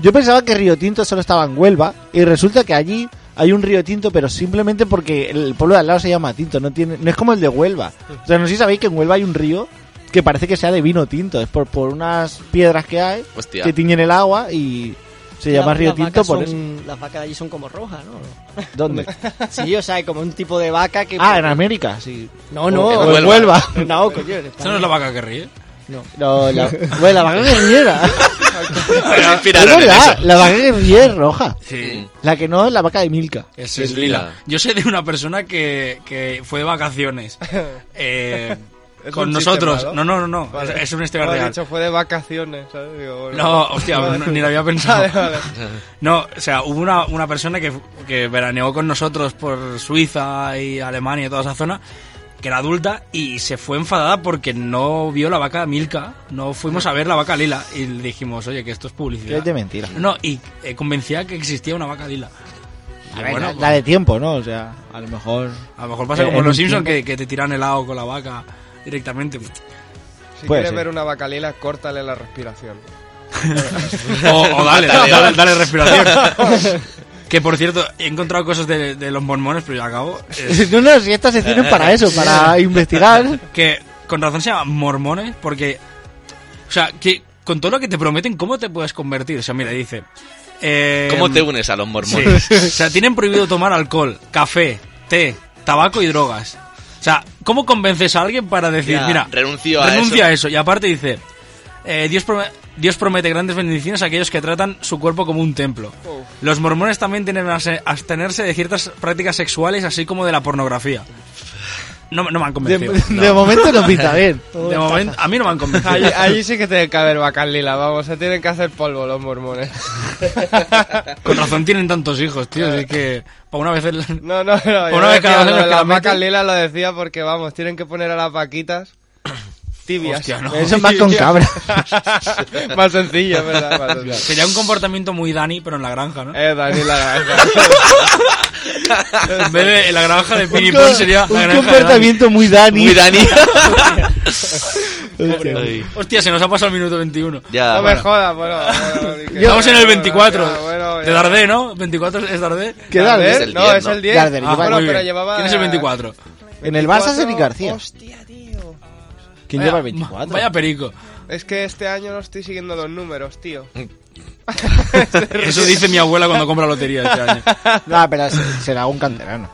B: yo pensaba que Río Tinto solo estaba en Huelva y resulta que allí hay un Río Tinto, pero simplemente porque el pueblo de al lado se llama Tinto, no tiene, no es como el de Huelva. O sea, no sé si sabéis que en Huelva hay un río que parece que sea de vino tinto, es por, por unas piedras que hay
E: Hostia.
B: que tiñen el agua y se
G: Las-
B: llama Río
G: las
B: Tinto
G: vacas
B: por eso.
G: son- Las vacas de allí son como rojas, ¿no?
B: ¿Dónde?
G: Sí, o sea, hay como un tipo de vaca que...
B: ah, en América, sí.
G: No, no.
B: O
E: Huelva.
B: en Huelva.
G: No, coño.
D: Eso
G: en
D: no
G: España.
D: es la vaca que ríe.
B: No, la, bueno, la vaca guerrillera.
E: Se
B: Es
E: inspiraron en
B: verdad,
E: eso.
B: la vaca guerrillera es roja.
D: Sí.
B: La que no es la vaca de Milka.
D: Eso es lila.
E: lila.
D: Yo sé de una persona que, que fue de vacaciones eh,
F: Es
D: con
F: un
D: nosotros.
F: chiste
D: no,
F: malo.
D: no, no, no.
F: Vale.
D: Es, es una historia
F: Como has
D: real.
F: dicho, fue de vacaciones, ¿sabes? Digo, bueno.
D: No, hostia, no- ni lo había pensado.
F: Vale, vale.
D: No, o sea, hubo una, una persona que, que veraneó con nosotros por Suiza y Alemania y toda esa zona, que era adulta y se fue enfadada porque no vio la vaca Milka, no fuimos a ver la vaca Lila y le dijimos, oye, que esto es
B: Que
D: publicidad.
B: es de mentira.
D: No, y eh, convencía que existía una vaca Lila.
B: A
D: Y
B: ver,
D: bueno,
B: la, la de tiempo, ¿no? O sea, a lo mejor.
D: a lo mejor pasa
B: Eh, en
D: como en los
B: un
D: Simpsons
B: tiempo.
D: que, que te tiran helado con la vaca directamente.
F: Si
B: Puede
F: quieres
B: ser.
F: ver una vaca lila, córtale la respiración.
D: O, o dale, dale, dale, dale respiración. Que por cierto, he encontrado cosas de, de los mormones, pero ya acabo. Eh,
B: No, no, si estas se tienen para eso, para investigar.
D: que con razón se llaman mormones porque o sea que con todo lo que te prometen cómo te puedes convertir o sea mira dice eh,
B: Em,
E: ¿Cómo te unes a los
D: sí.
E: mormones?
D: o sea tienen prohibido tomar alcohol café té tabaco y drogas o sea cómo convences a alguien para decir
E: Ya,
D: mira
E: renuncio a
D: renuncia
E: eso.
D: a eso y aparte dice eh, Dios, prome- Dios promete grandes bendiciones a aquellos que tratan su cuerpo como un templo. Los mormones también tienen a se- abstenerse de ciertas prácticas sexuales, así como de la pornografía. No, me- no me han
B: De,
D: convencido.
B: de momento no pinta bien.
D: De momento, a mí no me han
F: Allí,
D: convencido.
F: allí sí que tiene que haber vacas lila, vamos. Se tienen que hacer polvo los mormones.
D: Con razón tienen tantos hijos, tío. Así que, para una vez. el-
F: No, no, no. yo
D: Una
F: decía
D: vez cada
F: lo
D: año
F: de
D: que la
F: las vacas
D: meten.
F: lilas lo decía porque, vamos, tienen que poner a las vaquitas tibias.
D: Hostia, no.
B: Eso va con cabra.
F: Más sencillo, es ¿verdad? Más sencillo.
D: Sería un comportamiento muy Dani, pero en la granja, ¿no?
F: Eh, Dani la granja.
D: En vez de la granja de Piggy
B: Un co-
D: Pong sería
B: un
D: la granja de Dani.
B: comportamiento muy Dani.
E: Muy Dani.
B: Hostia.
E: Ay.
D: Hostia, se nos ha pasado el minuto 21.
F: No
E: Ya.
F: me
D: Bueno.
F: jodas, bueno. bueno, Iker.
D: Estamos en el
F: Bueno,
D: 24.
F: ya, Ah, bueno,
D: de
F: ya.
D: Dardé, ¿no? 24 es Dardé.
B: ¿Qué
F: ¿Darder?
B: Darder?
E: Es el
F: No,
E: 10,
F: es
E: ¿no?
F: el 10.
B: Darder,
D: Ah,
B: lleva-
F: bueno,
D: muy
F: pero
D: bien.
F: llevaba...
D: ¿Quién es el 24?
B: En el Barça es Eric
F: 24.
B: García.
F: Hostia, tío.
B: ¿Quién
D: Vaya-
B: lleva el 24?
D: Vaya perico.
F: Es que este año no estoy siguiendo los números, tío.
D: Eso dice mi abuela cuando compra lotería este año.
B: No, pero se- será un canterano.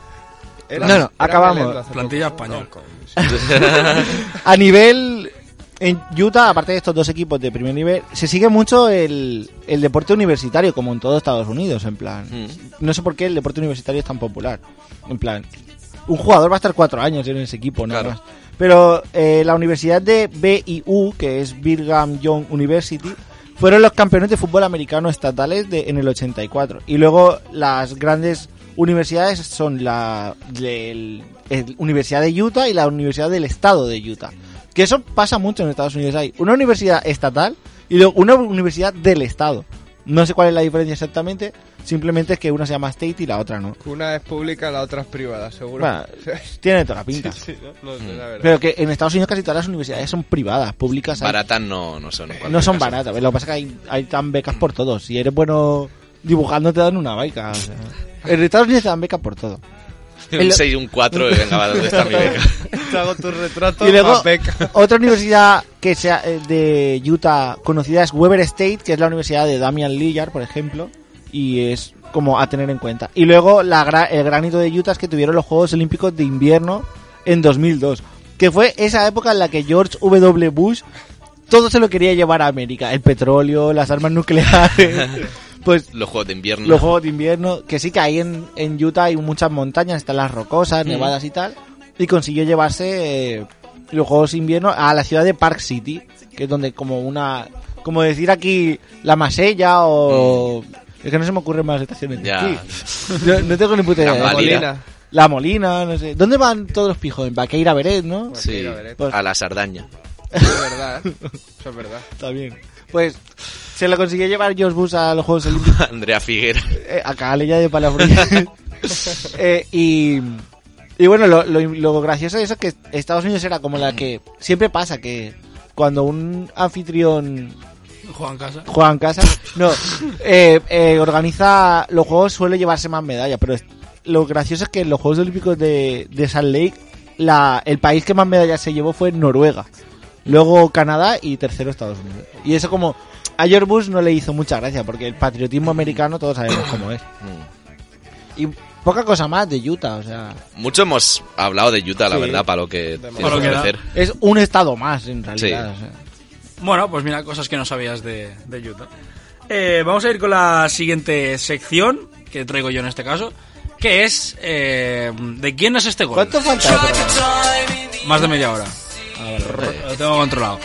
F: Era-
B: No, no,
F: era
B: acabamos.
F: Belén hace
D: Plantilla
F: poco.
D: española.
B: A nivel. En Utah, aparte de estos dos equipos de primer nivel, se sigue mucho el, el deporte universitario, como en todo Estados Unidos, en plan.
E: Hmm.
B: No sé por qué el deporte universitario es tan popular. En plan, un jugador va a estar cuatro años en ese equipo, nada
E: Claro.
B: más. Pero eh, la universidad de BIU, que es Brigham Young University, fueron los campeones de fútbol americano estatales de- en el 84. Y luego las grandes universidades son la del- el- Universidad de Utah y la Universidad del Estado de Utah. Que eso pasa mucho en Estados Unidos. Hay una universidad estatal y luego una universidad del Estado. No sé cuál es la diferencia exactamente, simplemente es que una se llama State y la otra no.
F: Una es pública, la otra es privada, seguro.
B: Bueno, tiene toda la pinta.
F: Sí, no, no sé,
D: Mm.
F: la verdad.
B: Pero que en Estados Unidos casi todas las universidades son privadas, públicas. hay-
E: Baratas no, no son. en
B: no
E: cualquier
B: son
E: caso.
B: baratas. Lo que pasa es que hay, hay tan becas por todo. Si eres bueno dibujando, te dan una beca. o sea. En Estados Unidos te dan becas por todo.
E: Un 6 y un 4, y venga, va, ¿dónde está mi beca?
F: Te hago tu retrato
B: Y luego,
F: pa' beca.
B: otra universidad que sea eh, de Utah conocida es Weber State, que es la universidad de Damian Lillard, por ejemplo. Y es como a tener en cuenta. Y luego, la gra- el granito de Utah es que tuvieron los Juegos Olímpicos de Invierno en 2002. Que fue esa época en la que George W. Bush todo se lo quería llevar a América. El petróleo, las armas nucleares. Pues
E: Los juegos de invierno.
B: los juegos de invierno, que sí que ahí en, en Utah hay muchas montañas, están las rocosas, nevadas y tal, y consiguió llevarse eh, los juegos de invierno a la ciudad de Park City, que es donde como una, como decir aquí la Masella o... Es que no se me ocurren más estaciones de
E: Ya.
B: esquí. No, no tengo ni puta idea.
E: La Molina.
F: Molina.
B: La Molina, no sé. ¿Dónde van todos los pijos? En Vaqueira Beret, ¿no?
E: Sí,
B: Pues-
E: a la Sardaña.
F: Eso es verdad, ¿eh? Eso es verdad.
B: Está bien. Pues se lo consiguió llevar George Bush a los Juegos Olímpicos.
E: Andrea Figuera.
B: Eh, acá le ya de palabras. Eh, y, y bueno, lo, lo- lo gracioso de eso es que Estados Unidos era como la que siempre pasa, que cuando un anfitrión
D: Juan Casa.
B: juega en casa, no, eh, eh, organiza los juegos, suele llevarse más medallas, pero es- lo gracioso es que en los Juegos Olímpicos de, de Salt Lake, la, el país que más medallas se llevó fue Noruega, luego Canadá y tercero Estados Unidos. Y eso como... A George Bush no le hizo mucha gracia porque el patriotismo americano todos sabemos cómo es.
E: Mm.
B: Y poca cosa más de Utah, o sea.
E: Mucho hemos hablado de Utah, la
B: Sí.
E: verdad, para lo que
D: Para
E: tiene
D: lo
E: que
D: que da.
E: ofrecer.
B: Es un estado más, en realidad. o sea.
D: Bueno, pues mira, cosas que no sabías de, de Utah. Eh, vamos a ir con la siguiente sección, que traigo yo en este caso, que es... eh, ¿De quién es este gol?
B: ¿Cuánto falta? de programa?
D: Más de media hora. Lo tengo controlado.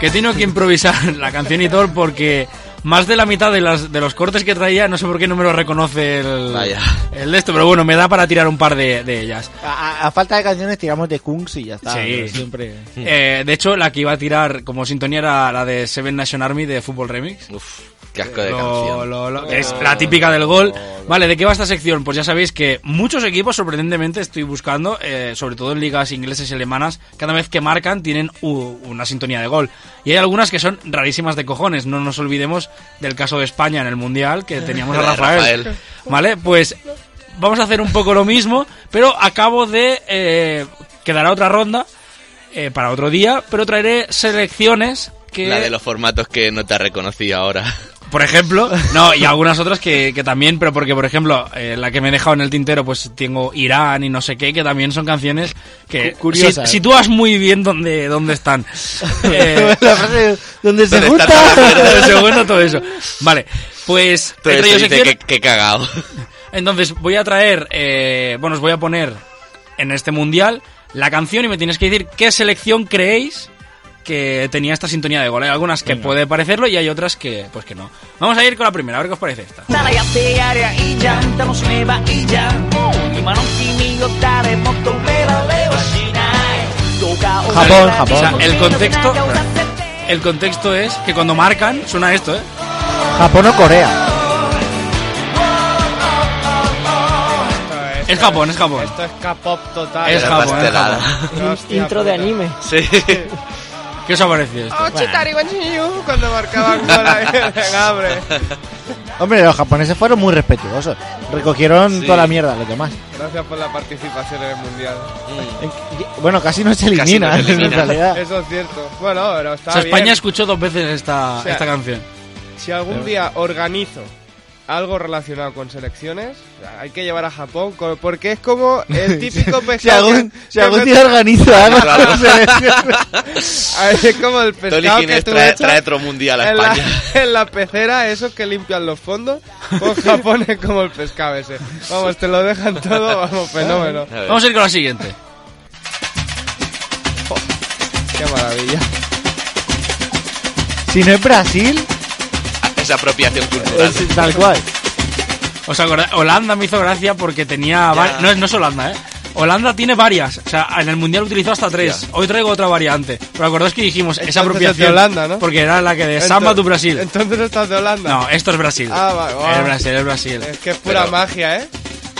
D: Que tengo que improvisar la canción y todo porque más de la mitad de, las, de los cortes que traía, no sé por qué no me lo reconoce el,
E: Vaya.
D: el de esto, pero bueno, me da para tirar un par de, de ellas.
B: A, a- a falta de canciones tiramos de Kungs y ya está.
D: Sí.
B: pero Siempre.
D: Eh, de hecho, la que iba a tirar como sintonía era la de Seven Nation Army de Fútbol Remix.
E: Uf, qué asco de
D: Lo-
E: canción.
D: lo- lo- que es la típica del gol. Vale, ¿de qué va esta sección? Pues ya sabéis que muchos equipos, sorprendentemente, estoy buscando, eh, sobre todo en ligas inglesas y alemanas, cada vez que marcan tienen u- una sintonía de gol. Y hay algunas que son rarísimas de cojones. No nos olvidemos del caso de España en el Mundial, que teníamos a
E: La de
D: Rafael.
E: Rafael.
D: Vale, pues vamos a hacer un poco lo mismo, pero acabo de eh, quedará otra ronda eh, para otro día, pero traeré selecciones que
E: La de los formatos que no te reconocí ahora.
D: por ejemplo. No, y algunas otras que, que también, pero porque, por ejemplo, eh, la que me he dejado en el tintero, pues tengo Irán y no sé qué, que también son canciones que
B: Cu- curiosas.
D: si- sitúas muy bien dónde, dónde están. Eh,
B: La frase donde se
E: ¿Dónde
B: junta.
E: está toda la mierda?
D: segundo todo eso. Vale, pues...
E: Todo
D: he
E: esto
D: traído
E: dice
D: sección-
E: que, que he cagado.
D: Entonces voy a traer, eh, bueno, os voy a poner en este mundial la canción y me tienes que decir qué selección creéis que tenía esta sintonía de gol. Hay algunas que puede parecerlo y hay otras que, pues que no. Vamos a ir con la primera, a ver qué os parece esta.
B: Japón, Japón.
A: eh.
D: O sea, el contexto el contexto es que cuando marcan, suena esto, ¿eh?
B: Japón o Corea.
D: Es Japón, es Japón.
F: Esto es K-pop total.
D: Es Japón, es pastelada.
F: Japón. Hostia
G: Intro de
F: puta.
G: anime.
E: Sí.
D: ¿Qué os ha parecido esto?
F: Oh, Chitari Wanjiyu, cuando marcaban gola en hambre.
B: Hombre, los japoneses fueron muy respetuosos. Recogieron
E: Sí.
B: toda la mierda, los demás.
F: Gracias por la participación en el mundial.
B: Bueno, casi no se
E: Casi no se
B: elimina, en
E: elimina.
G: Ah.
B: realidad.
F: Eso es cierto. Bueno, pero está
D: O sea, España
F: bien.
D: escuchó dos veces esta,
F: O sea,
D: esta canción.
F: Si algún día organizo algo relacionado con selecciones, hay que llevar a Japón co- porque es como el típico pescado.
B: Si algún,
F: que-
B: si
F: que
B: algún
F: me-
B: día organizo algo, se-
F: A ver, Es como el
E: Tony
F: pescado que
E: Ginés
F: tú
E: trae,
F: echas
E: trae otro mundial a
F: en la,
E: España.
F: en la pecera, esos que limpian los fondos, pues Japón es como el pescado ese. Vamos, te lo dejan todo, vamos, fenómeno.
E: A ver.
D: Vamos a ir con la siguiente.
F: Qué maravilla.
B: si no es Brasil,
E: Esa apropiación cultural.
B: es tal cual.
D: ¿Os acordáis? Holanda me hizo gracia porque tenía... va- No, es- no es Holanda, ¿eh? Holanda tiene varias. O sea, en el Mundial utilizó hasta tres. Hoy traigo otra variante. ¿Pero acordáis que dijimos
F: Entonces
D: esa apropiación?
F: es de Holanda, ¿no?
D: Porque era la que de Samba
F: Ento-
D: tu Brasil.
F: Entonces estás de Holanda.
D: No, esto es Brasil.
F: Ah, vale, vale. Eh,
D: Es Brasil, es Brasil.
F: Es que es pura
E: Pero-
F: magia, ¿eh?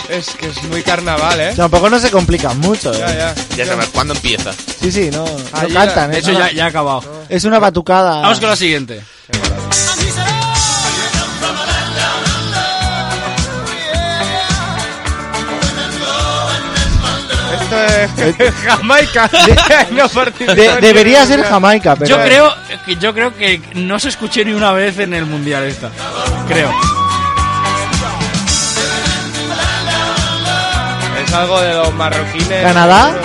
F: Es que es muy carnaval, ¿eh?
B: Tampoco no se complican mucho. eh.
F: Ya, ya.
E: Ya sabes, ¿cuándo empieza?
B: Sí, sí, no, no
F: Ahí era-
B: cantan.
D: De
B: Es
D: hecho,
B: una,
D: Ah, ya, ya ha acabado.
B: es una
F: Ah.
B: batucada.
D: Vamos con la siguiente.
F: Esto es Jamaica. Ay, no participó
B: De-
F: ni
B: debería
F: en
B: ser
F: una.
B: Jamaica, pero
D: Yo creo, que- yo creo que no se escuché ni una vez en el Mundial esta. Creo.
F: Es algo de los marroquines.
B: ¿Canadá?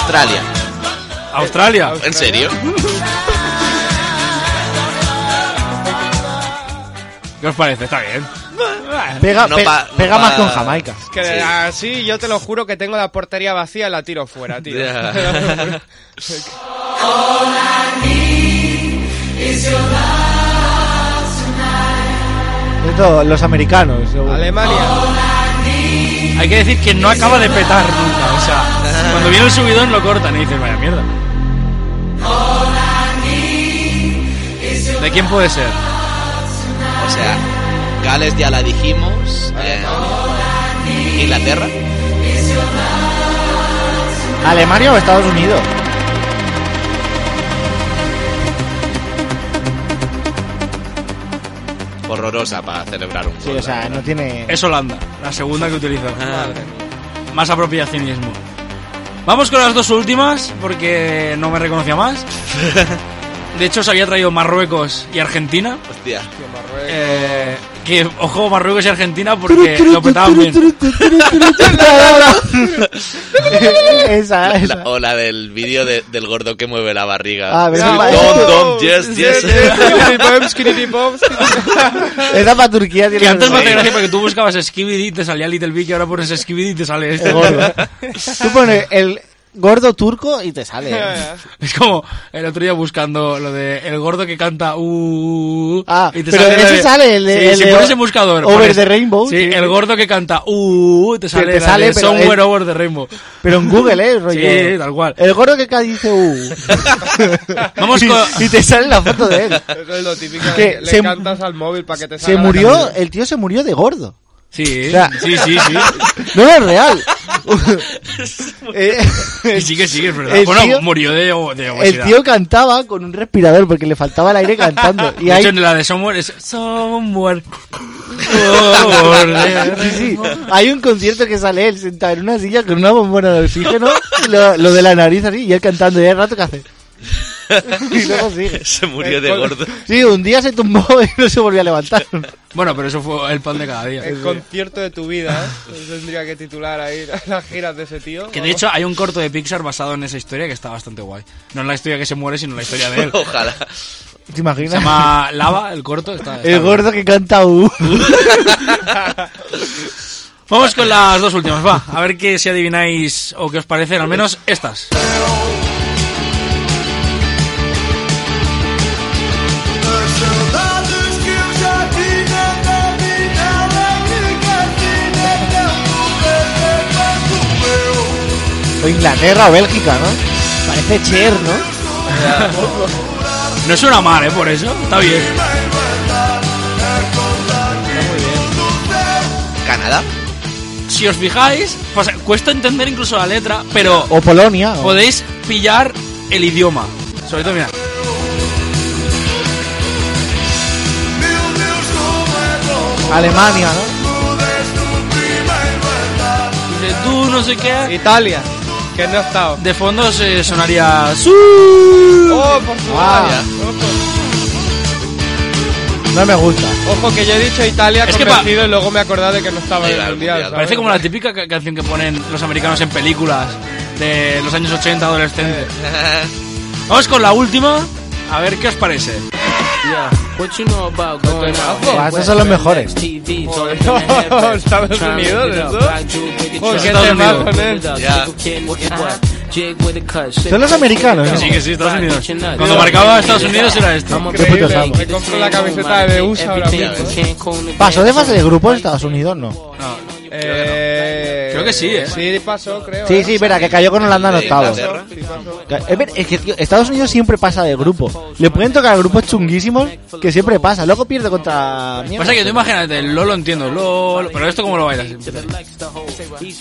E: Australia.
D: Australia.
E: ¿En serio?
D: ¿Qué os parece? Está bien.
B: pega,
E: no
B: pe-
E: pa- no
B: pega más
E: pa-
B: con Jamaica.
F: Que así yo te lo juro que tengo la portería vacía y la tiro fuera, tío.
E: Ya.
B: Esto, los americanos. seguro.
F: Alemania.
D: Hay que decir que no acaba de petar nunca. O sea, cuando viene el subidón lo cortan y dices, vaya mierda. ¿De quién puede ser?
E: O sea, Gales ya la dijimos. eh, Inglaterra.
B: Alemania o Estados Unidos.
E: Horrorosa para celebrar un
B: Sí,
E: gol,
B: o sea,
E: la
B: no
E: verdad.
B: tiene.
D: Es Holanda, la segunda que utilizo.
E: Madre.
D: Más apropiacionismo. Vamos con las dos últimas, porque no me reconocía más. De hecho, os había traído Marruecos y Argentina.
E: Hostia.
D: Eh, que, ojo, Marruecos y Argentina, porque lo petaban bien.
B: esa,
E: La-
B: esa.
E: la- o la del vídeo de- del gordo que mueve la barriga.
B: Ah, ¿verdad?
E: Sí,
B: Vale.
E: dom, dom, yes, yes.
F: Skitty-bops, skitty-bops.
B: Esa para Turquía tiene
D: Que antes me
B: que
D: hace
B: ser.
D: gracia porque tú buscabas Skibidi y te salía Little Big y ahora pones Skibidi y te sale este.
B: El gordo. Tú pones el gordo turco y te sale.
D: Es como el otro día buscando lo de el gordo que canta uh, uh, uh,
B: Ah,
D: y te
B: pero
D: sale la
B: ese
D: de-
B: sale, el de-
D: Sí,
B: el
D: si
B: de
D: pones en buscador
B: Over
D: pones-
B: the Rainbow,
D: sí,
B: sí.
D: el gordo que canta uh, uh, uh, te sale,
B: te
D: la de
B: sale, pero
D: somewhere
B: el-
D: over the rainbow
B: Pero en Google, ¿eh? Rollo.
D: Sí, tal cual.
B: El gordo que cada dice uh.
D: Vamos
B: Y-
D: con-
B: Y te sale la foto de él.
F: Eso es lo típico.
B: Que
F: que Le
B: se-
F: cantas al móvil para que te salga
B: Se
F: la
B: murió,
F: canción.
B: el tío se murió de gordo.
D: sí,
B: O sea-
D: sí, sí, sí
B: No es real. Eh,
D: y sigue, sigue, es verdad
B: El
D: bueno,
B: tío-
D: murió de, de
B: el
D: obesidad
B: tío cantaba con un respirador porque le faltaba el aire cantando. Y
D: de
B: ahí,
D: hecho, en la de Somewhere es Somewhere over the
E: eh.
B: Sí, sí.
D: rainbow.
B: Hay un concierto que sale él sentado en una silla con una bombona de oxígeno, y lo, lo de la nariz así, y él cantando, y el rato que hace. Y luego sigue.
E: Se murió de gordo.
B: Sí, un día se tumbó y no se volvió a levantar.
D: Bueno, pero eso fue el pan de cada día
F: El concierto de tu vida, ¿eh? Eso Tendría que titular ahí las giras de ese tío.
D: Que de hecho hay un corto de Pixar basado en esa historia que está bastante guay. No en la historia que se muere, sino en la historia de él.
E: Ojalá.
B: ¿Te
D: Se
B: imaginas?
D: llama Lava, el corto. Está, está
B: El
D: guay.
B: gordo que canta uh, U.
D: Vamos con las dos últimas, va. A ver qué si adivináis o qué os parecen, al menos estas.
B: O Inglaterra o Bélgica, ¿no?
G: Parece Cher, ¿no?
D: No suena mal, ¿eh? Por eso. Está bien.
E: Canadá.
D: Si os fijáis, pues, cuesta entender incluso la letra, pero
B: O Polonia. o-
D: podéis pillar el idioma. Sobre todo, mira.
B: Alemania, ¿no?
D: Dice, tú no sé qué.
F: Italia, que no ha estado.
D: De fondo se sonaría. "Su".
F: Oh, por favor.
B: Ah. No me gusta.
F: Ojo, que yo he dicho Italia
D: Es que pa-
F: convencido y luego me he acordado de que no estaba
E: Sí,
F: en el
E: claro,
F: mundial.
E: mundial.
F: ¿sabes?
D: Parece como la típica ca- canción que ponen los americanos en películas de los años 80 adolescentes. Vamos con la última, a ver qué os parece.
B: Ah, esos son los mejores.
F: No, Estados Unidos, eso. Joder, qué
D: Estados
F: temazo,
D: Unidos.
F: ¿eh?
E: Ya.
B: Son los americanos,
F: ¿eh?
D: Sí,
B: ¿no?
D: que sí, Estados Unidos. Cuando marcaba Estados Unidos era esto.
B: Qué putos amos.
F: Me compro la camiseta de USA ahora mismo.
B: Pasó de fase de grupo en Estados Unidos, no.
D: No.
F: Eh,
D: Creo que sí, ¿eh?
F: Sí, pasó, creo.
B: Sí,
F: ¿eh?
B: sí, verá, que cayó con Holanda en
E: Sí,
B: octavos.
E: Inglaterra.
F: Sí, pasó.
B: Eh, Es ver- es que, tío, Estados Unidos siempre pasa de grupo. Le pueden tocar grupos chunguísimos que siempre pasa. Luego pierde contra. mierda.
D: Pasa que tú imagínate, el LOL lo entiendo, LOL, pero esto cómo lo bailas. Y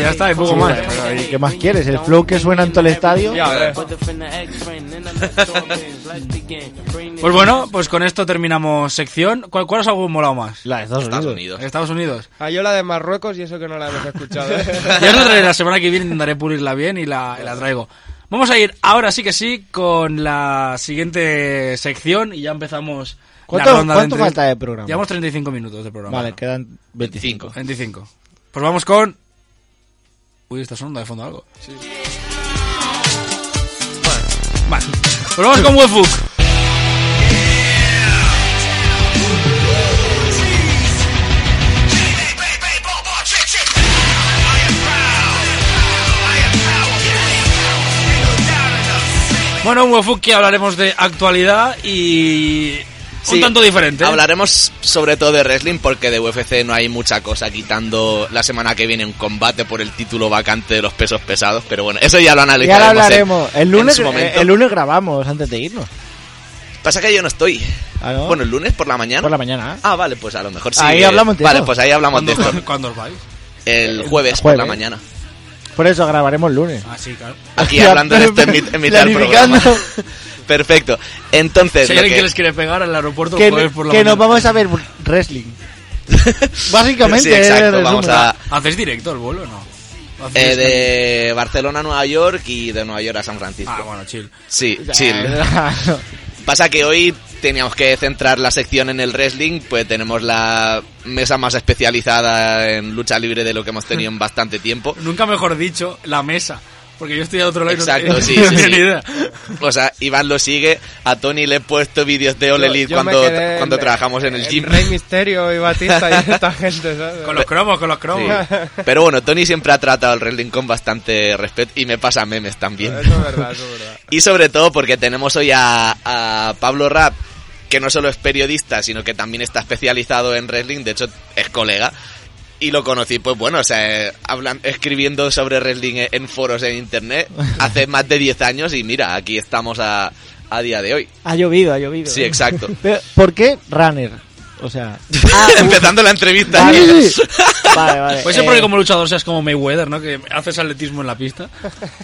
D: ya está, y poco
B: Sí,
D: más.
B: bueno, pero ¿y ¿Qué más quieres? El flow que suena en todo el estadio.
F: Ya, a ver.
D: Pues bueno, pues con esto terminamos sección. ¿Cuál, cuál os ha molado más?
B: La de Estados
E: Estados
B: Unidos.
E: Unidos.
D: Estados Unidos.
F: Ah, yo la de Marruecos y eso que no la hemos escuchado. ¿eh?
D: Ya os la traeré la semana que viene, intentaré pulirla bien y la, y la traigo. Vamos a ir ahora sí que sí con la siguiente sección y ya empezamos
B: ¿Cuánto-
D: la ronda
B: cuánto
D: de entrevistas.
B: falta de programa?
D: Llevamos 35 minutos de programa.
B: Vale, quedan 25.
D: 25. Pues vamos con... Uy, está sonando de fondo algo. Vale. Pues vamos con Webbook. Bueno, un Webbook que hablaremos de actualidad y...
E: Sí,
D: un tanto diferente. ¿eh?
E: Hablaremos sobre todo de wrestling porque de UFC no hay mucha cosa quitando la semana que viene un combate por el título vacante de los pesos pesados, pero bueno, eso ya lo
B: Ya
E: analizaremos.
B: lo
E: en-
B: hablaremos. El
E: en
B: lunes,
E: su momento.
B: el lunes grabamos antes de irnos.
E: Pasa que yo no estoy.
B: Ah, ¿no?
E: Bueno, el lunes por la mañana.
B: Por la mañana. ¿eh?
E: Ah, vale, pues a lo mejor sí.
B: Ahí
E: eh,
B: hablamos de
E: Vale,
B: eso.
E: pues ahí hablamos de
D: ¿Cuándo,
E: esto.
D: cuándo os vais?
E: El jueves por la
B: Jueves.
E: mañana.
B: Por eso grabaremos el lunes.
D: Ah, sí, claro.
E: Aquí hablando de esto en, mi- en mitad del programa.
B: Planificando.
E: Perfecto. Entonces,
D: Si hay
E: lo
D: alguien que
E: que-
D: les quiere pegar al aeropuerto el
B: Que,
D: jueves por la
B: que nos
D: mañana.
B: vamos a ver wrestling. Básicamente,
E: Sí,
B: es el
E: exacto,
B: resumen.
E: vamos a,
D: ¿Hacéis directo el vuelo o no? ¿O hacéis
E: Eh,
D: directo?
E: de Barcelona a Nueva York y de Nueva York a San Francisco.
D: Ah, bueno, chill.
E: Sí, chill.
B: Claro.
E: Pasa que hoy teníamos que centrar la sección en el wrestling, pues tenemos la mesa más especializada en lucha libre de lo que hemos tenido en bastante tiempo.
D: Nunca mejor dicho, la mesa. Porque yo estoy a otro lado y no,
E: Exacto, sí,
D: no
E: sí,
D: tengo
E: sí.
D: ni idea.
E: O sea, Iván lo sigue, a Tony le he puesto vídeos de All
F: Yo-
E: Elite
F: yo
E: cuando,
F: me quedé
E: cuando
F: en-
E: trabajamos en el gym.
F: Rey Misterio y Batista y esta gente, ¿sabes?
D: Con los cromos, con los
E: Sí.
D: cromos.
E: Pero bueno, Tony siempre ha tratado el wrestling con bastante respeto y me pasa memes también.
F: Eso es verdad, eso es verdad.
E: Y sobre todo porque tenemos hoy a, a Pablo Rapp, que no solo es periodista, sino que también está especializado en wrestling, de hecho es colega. Y lo conocí, pues bueno, o sea, eh, hablan, escribiendo sobre wrestling en- en foros en internet hace más de 10 años y mira, aquí estamos a, a día de hoy.
G: Ha llovido, ha llovido.
E: Sí, exacto.
B: Pero, ¿Por qué runner? O sea.
E: Empezando la entrevista.
B: Vale, vale. vale.
F: Pues
D: Puede ser porque
B: Eh,
D: como luchador seas como Mayweather, ¿no? Que haces atletismo en la pista.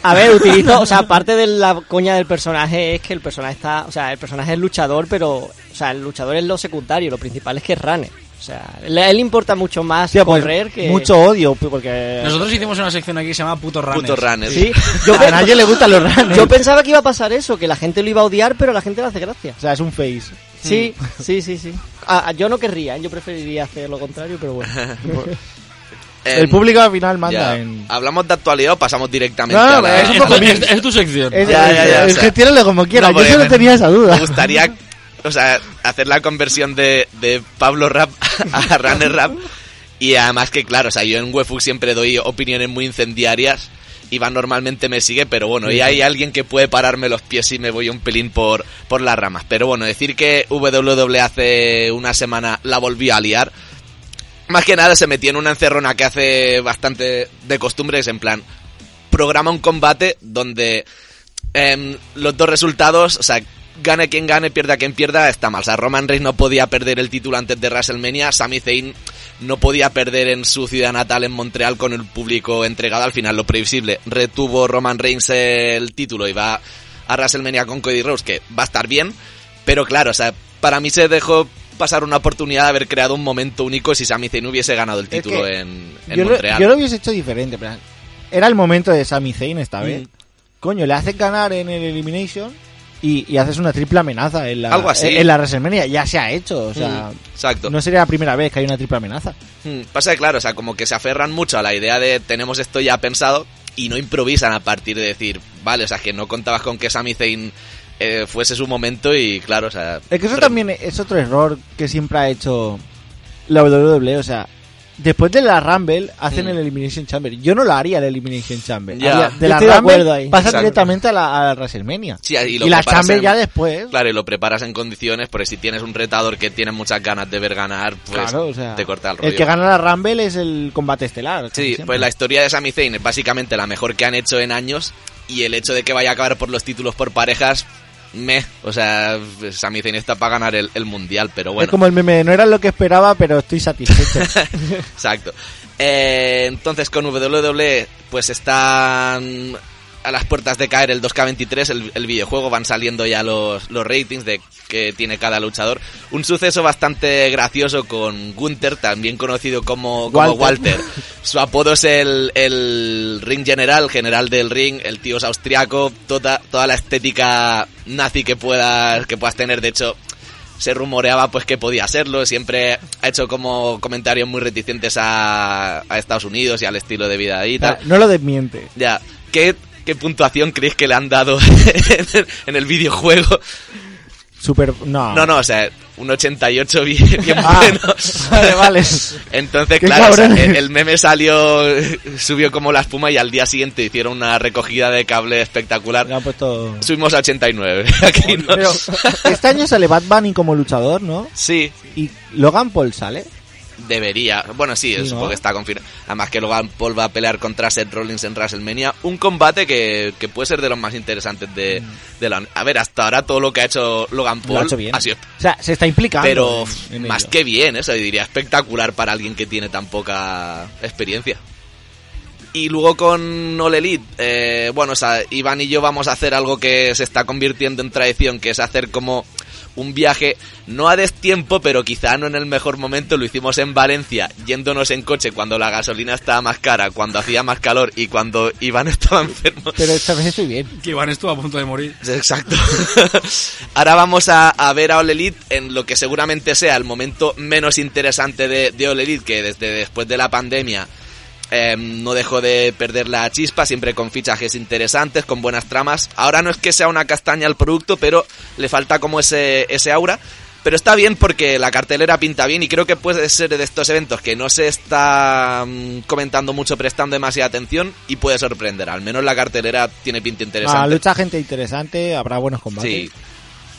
G: A ver, utilizo, o sea, aparte de la coña del personaje es que el personaje está, o sea, el personaje es luchador, pero, o sea, el luchador es lo secundario, lo principal es que es runner. O sea, le- a él importa mucho más
B: hostia, pues,
G: correr que...
B: Mucho odio, porque.
D: Nosotros hicimos una sección aquí que se llama Puto Runner.
E: Puto runner.
G: Sí, yo,
B: A
G: pe-
B: nadie le gustan los runners.
G: yo pensaba que iba a pasar eso, que la gente lo iba a odiar, pero a la gente le hace gracia.
B: O sea, es un face.
G: Sí, sí, sí, sí. Ah, ah, yo no querría, ¿eh? yo preferiría hacer lo contrario, pero bueno.
E: Eh,
B: El público al final manda
E: ya.
B: en.
E: ¿Hablamos de actualidad o pasamos directamente
B: No, no,
E: a la-
B: es un poco
D: Es- es, es tu sección.
B: Es,
E: Ya,
B: es-
E: ya, ya,
B: es-
E: o sea.
B: gestiónalo como quieras.
E: No,
B: yo
E: porque
B: solo
E: me-
B: tenía esa duda.
E: Me gustaría, o sea, hacer la conversión de, de Pablo Rap a Runner Rap. Y además que, claro, o sea, yo en Wefuk siempre doy opiniones muy incendiarias. Iván normalmente me sigue, pero bueno, y hay alguien que puede pararme los pies si me voy un pelín por, por las ramas. Pero bueno, decir que WWE hace una semana la volví a liar. Más que nada se metió en una encerrona que hace bastante de costumbre, es en plan, programa un combate donde em, los dos resultados, o sea, gane quien gane, pierda quien pierda, está mal. O sea, Roman Reigns no podía perder el título antes de WrestleMania, Sami Zayn no podía perder en su ciudad natal en Montreal con el público entregado, al final lo previsible. Retuvo Roman Reigns el título y va a WrestleMania con Cody Rhodes, que va a estar bien, pero claro, o sea, para mí se dejó pasar una oportunidad de haber creado un momento único si Sami Zayn hubiese ganado el título
B: que
E: en, en
B: yo, lo,
E: Montreal.
B: yo lo hubiese hecho diferente. en plan, Era el momento de Sami Zayn esta vez. Coño, le haces ganar en el Elimination y, y haces una triple amenaza en la,
E: Algo así.
B: en la WrestleMania. Ya se ha hecho. O sea,
E: Mm, exacto.
B: no sería la primera vez que hay una triple amenaza.
E: Hmm, Pasa que, claro, o sea, como que se aferran mucho a la idea de tenemos esto ya pensado y no improvisan a partir de decir, vale, o sea, que no contabas con que Sami Zayn eh, fuese su momento y, claro, o sea...
B: Es que eso también es otro error que siempre ha hecho la WWE. O sea, después de la Rumble hacen
E: Mm.
B: el Elimination Chamber. Yo no lo haría el Elimination Chamber.
E: Ya.
B: Haría-
E: Yo
B: De la
E: estoy de
B: Rumble
E: acuerdo ahí.
B: pasa
E: Exacto.
B: directamente a la, a la WrestleMania.
E: Sí, y, lo
B: la
E: preparas
B: Chamber
E: en-
B: ya después.
E: Claro, y lo preparas en condiciones, porque si tienes un retador que tiene muchas ganas de ver ganar, pues
B: Claro, o sea,
E: te corta el rollo.
B: El que gana la Rumble es el combate estelar. como
E: Sí,
B: siempre.
E: pues la historia de Sami Zayn es básicamente la mejor que han hecho en años y el hecho de que vaya a acabar por los títulos por parejas, meh. O sea, Sami Zayn está para ganar el, el mundial, pero bueno.
B: Es como el meme de no era lo que esperaba, pero estoy satisfecho.
E: Exacto. Eh, entonces con WWE pues están a las puertas de caer el 2K23, el, el videojuego, van saliendo ya los, los ratings de que tiene cada luchador. Un suceso bastante gracioso con Gunther, también conocido como, como
L: Walter.
E: Walter. Su apodo es el, el ring general, general del ring, el tío es austriaco, toda, toda la estética nazi que puedas, que puedas tener, de hecho se rumoreaba pues que podía serlo, siempre ha hecho como comentarios muy reticentes a, a Estados Unidos y al estilo de vida ahí y tal.
B: no lo desmiente.
E: Ya, ¿qué, qué puntuación creéis que le han dado en el- en el videojuego?
B: Super. No.
E: No, no, o sea, un 88 bien, bien bueno.
B: Ah. Vale, vale.
E: Entonces,
B: Qué
E: claro, o sea,
B: cabrones.
E: el, el meme salió, subió como la espuma y al día siguiente hicieron una recogida de cable espectacular. Subimos a 89. Aquí no.
B: Este año sale Bad Bunny como luchador, ¿no?
E: Sí.
B: Y Logan Paul sale.
E: Debería. Bueno, sí,
B: Sí,
E: supongo
B: ¿no?
E: que está confirmado. Además que Logan Paul va a pelear contra Seth Rollins en WrestleMania. Un combate que, que puede ser de los más interesantes de, de la... A ver, hasta ahora todo lo que ha hecho Logan
B: Mm. Lo
E: Paul
B: ha hecho bien.
E: ha sido
B: O sea, se está implicando.
E: Pero
B: en-
E: pf,
B: en
E: más
B: ello.
E: que bien, eso diría espectacular para alguien que tiene tan poca experiencia. Y luego con All Elite, eh, bueno, o sea, Iván y yo vamos a hacer algo que se está convirtiendo en tradición, que es hacer como un viaje, no a destiempo, pero quizá no en el mejor momento, lo hicimos en Valencia, yéndonos en coche cuando la gasolina estaba más cara, cuando hacía más calor y cuando Iván estaba enfermo.
B: Pero esta vez estoy bien.
D: Que Iván estuvo a punto de morir.
E: Exacto. Ahora vamos a, a ver a All Elite en lo que seguramente sea el momento menos interesante de, de All Elite, que desde después de la pandemia eh, no dejó de perder la chispa, siempre con fichajes interesantes, con buenas tramas. Ahora no es que sea una castaña al producto, pero le falta como ese, ese aura. Pero está bien porque la cartelera pinta bien y creo que puede ser de estos eventos que no se está mm, comentando mucho, prestando demasiada atención y puede sorprender. Al menos la cartelera tiene pinta interesante.
B: Ah, lucha gente interesante, habrá buenos combates.
E: Sí,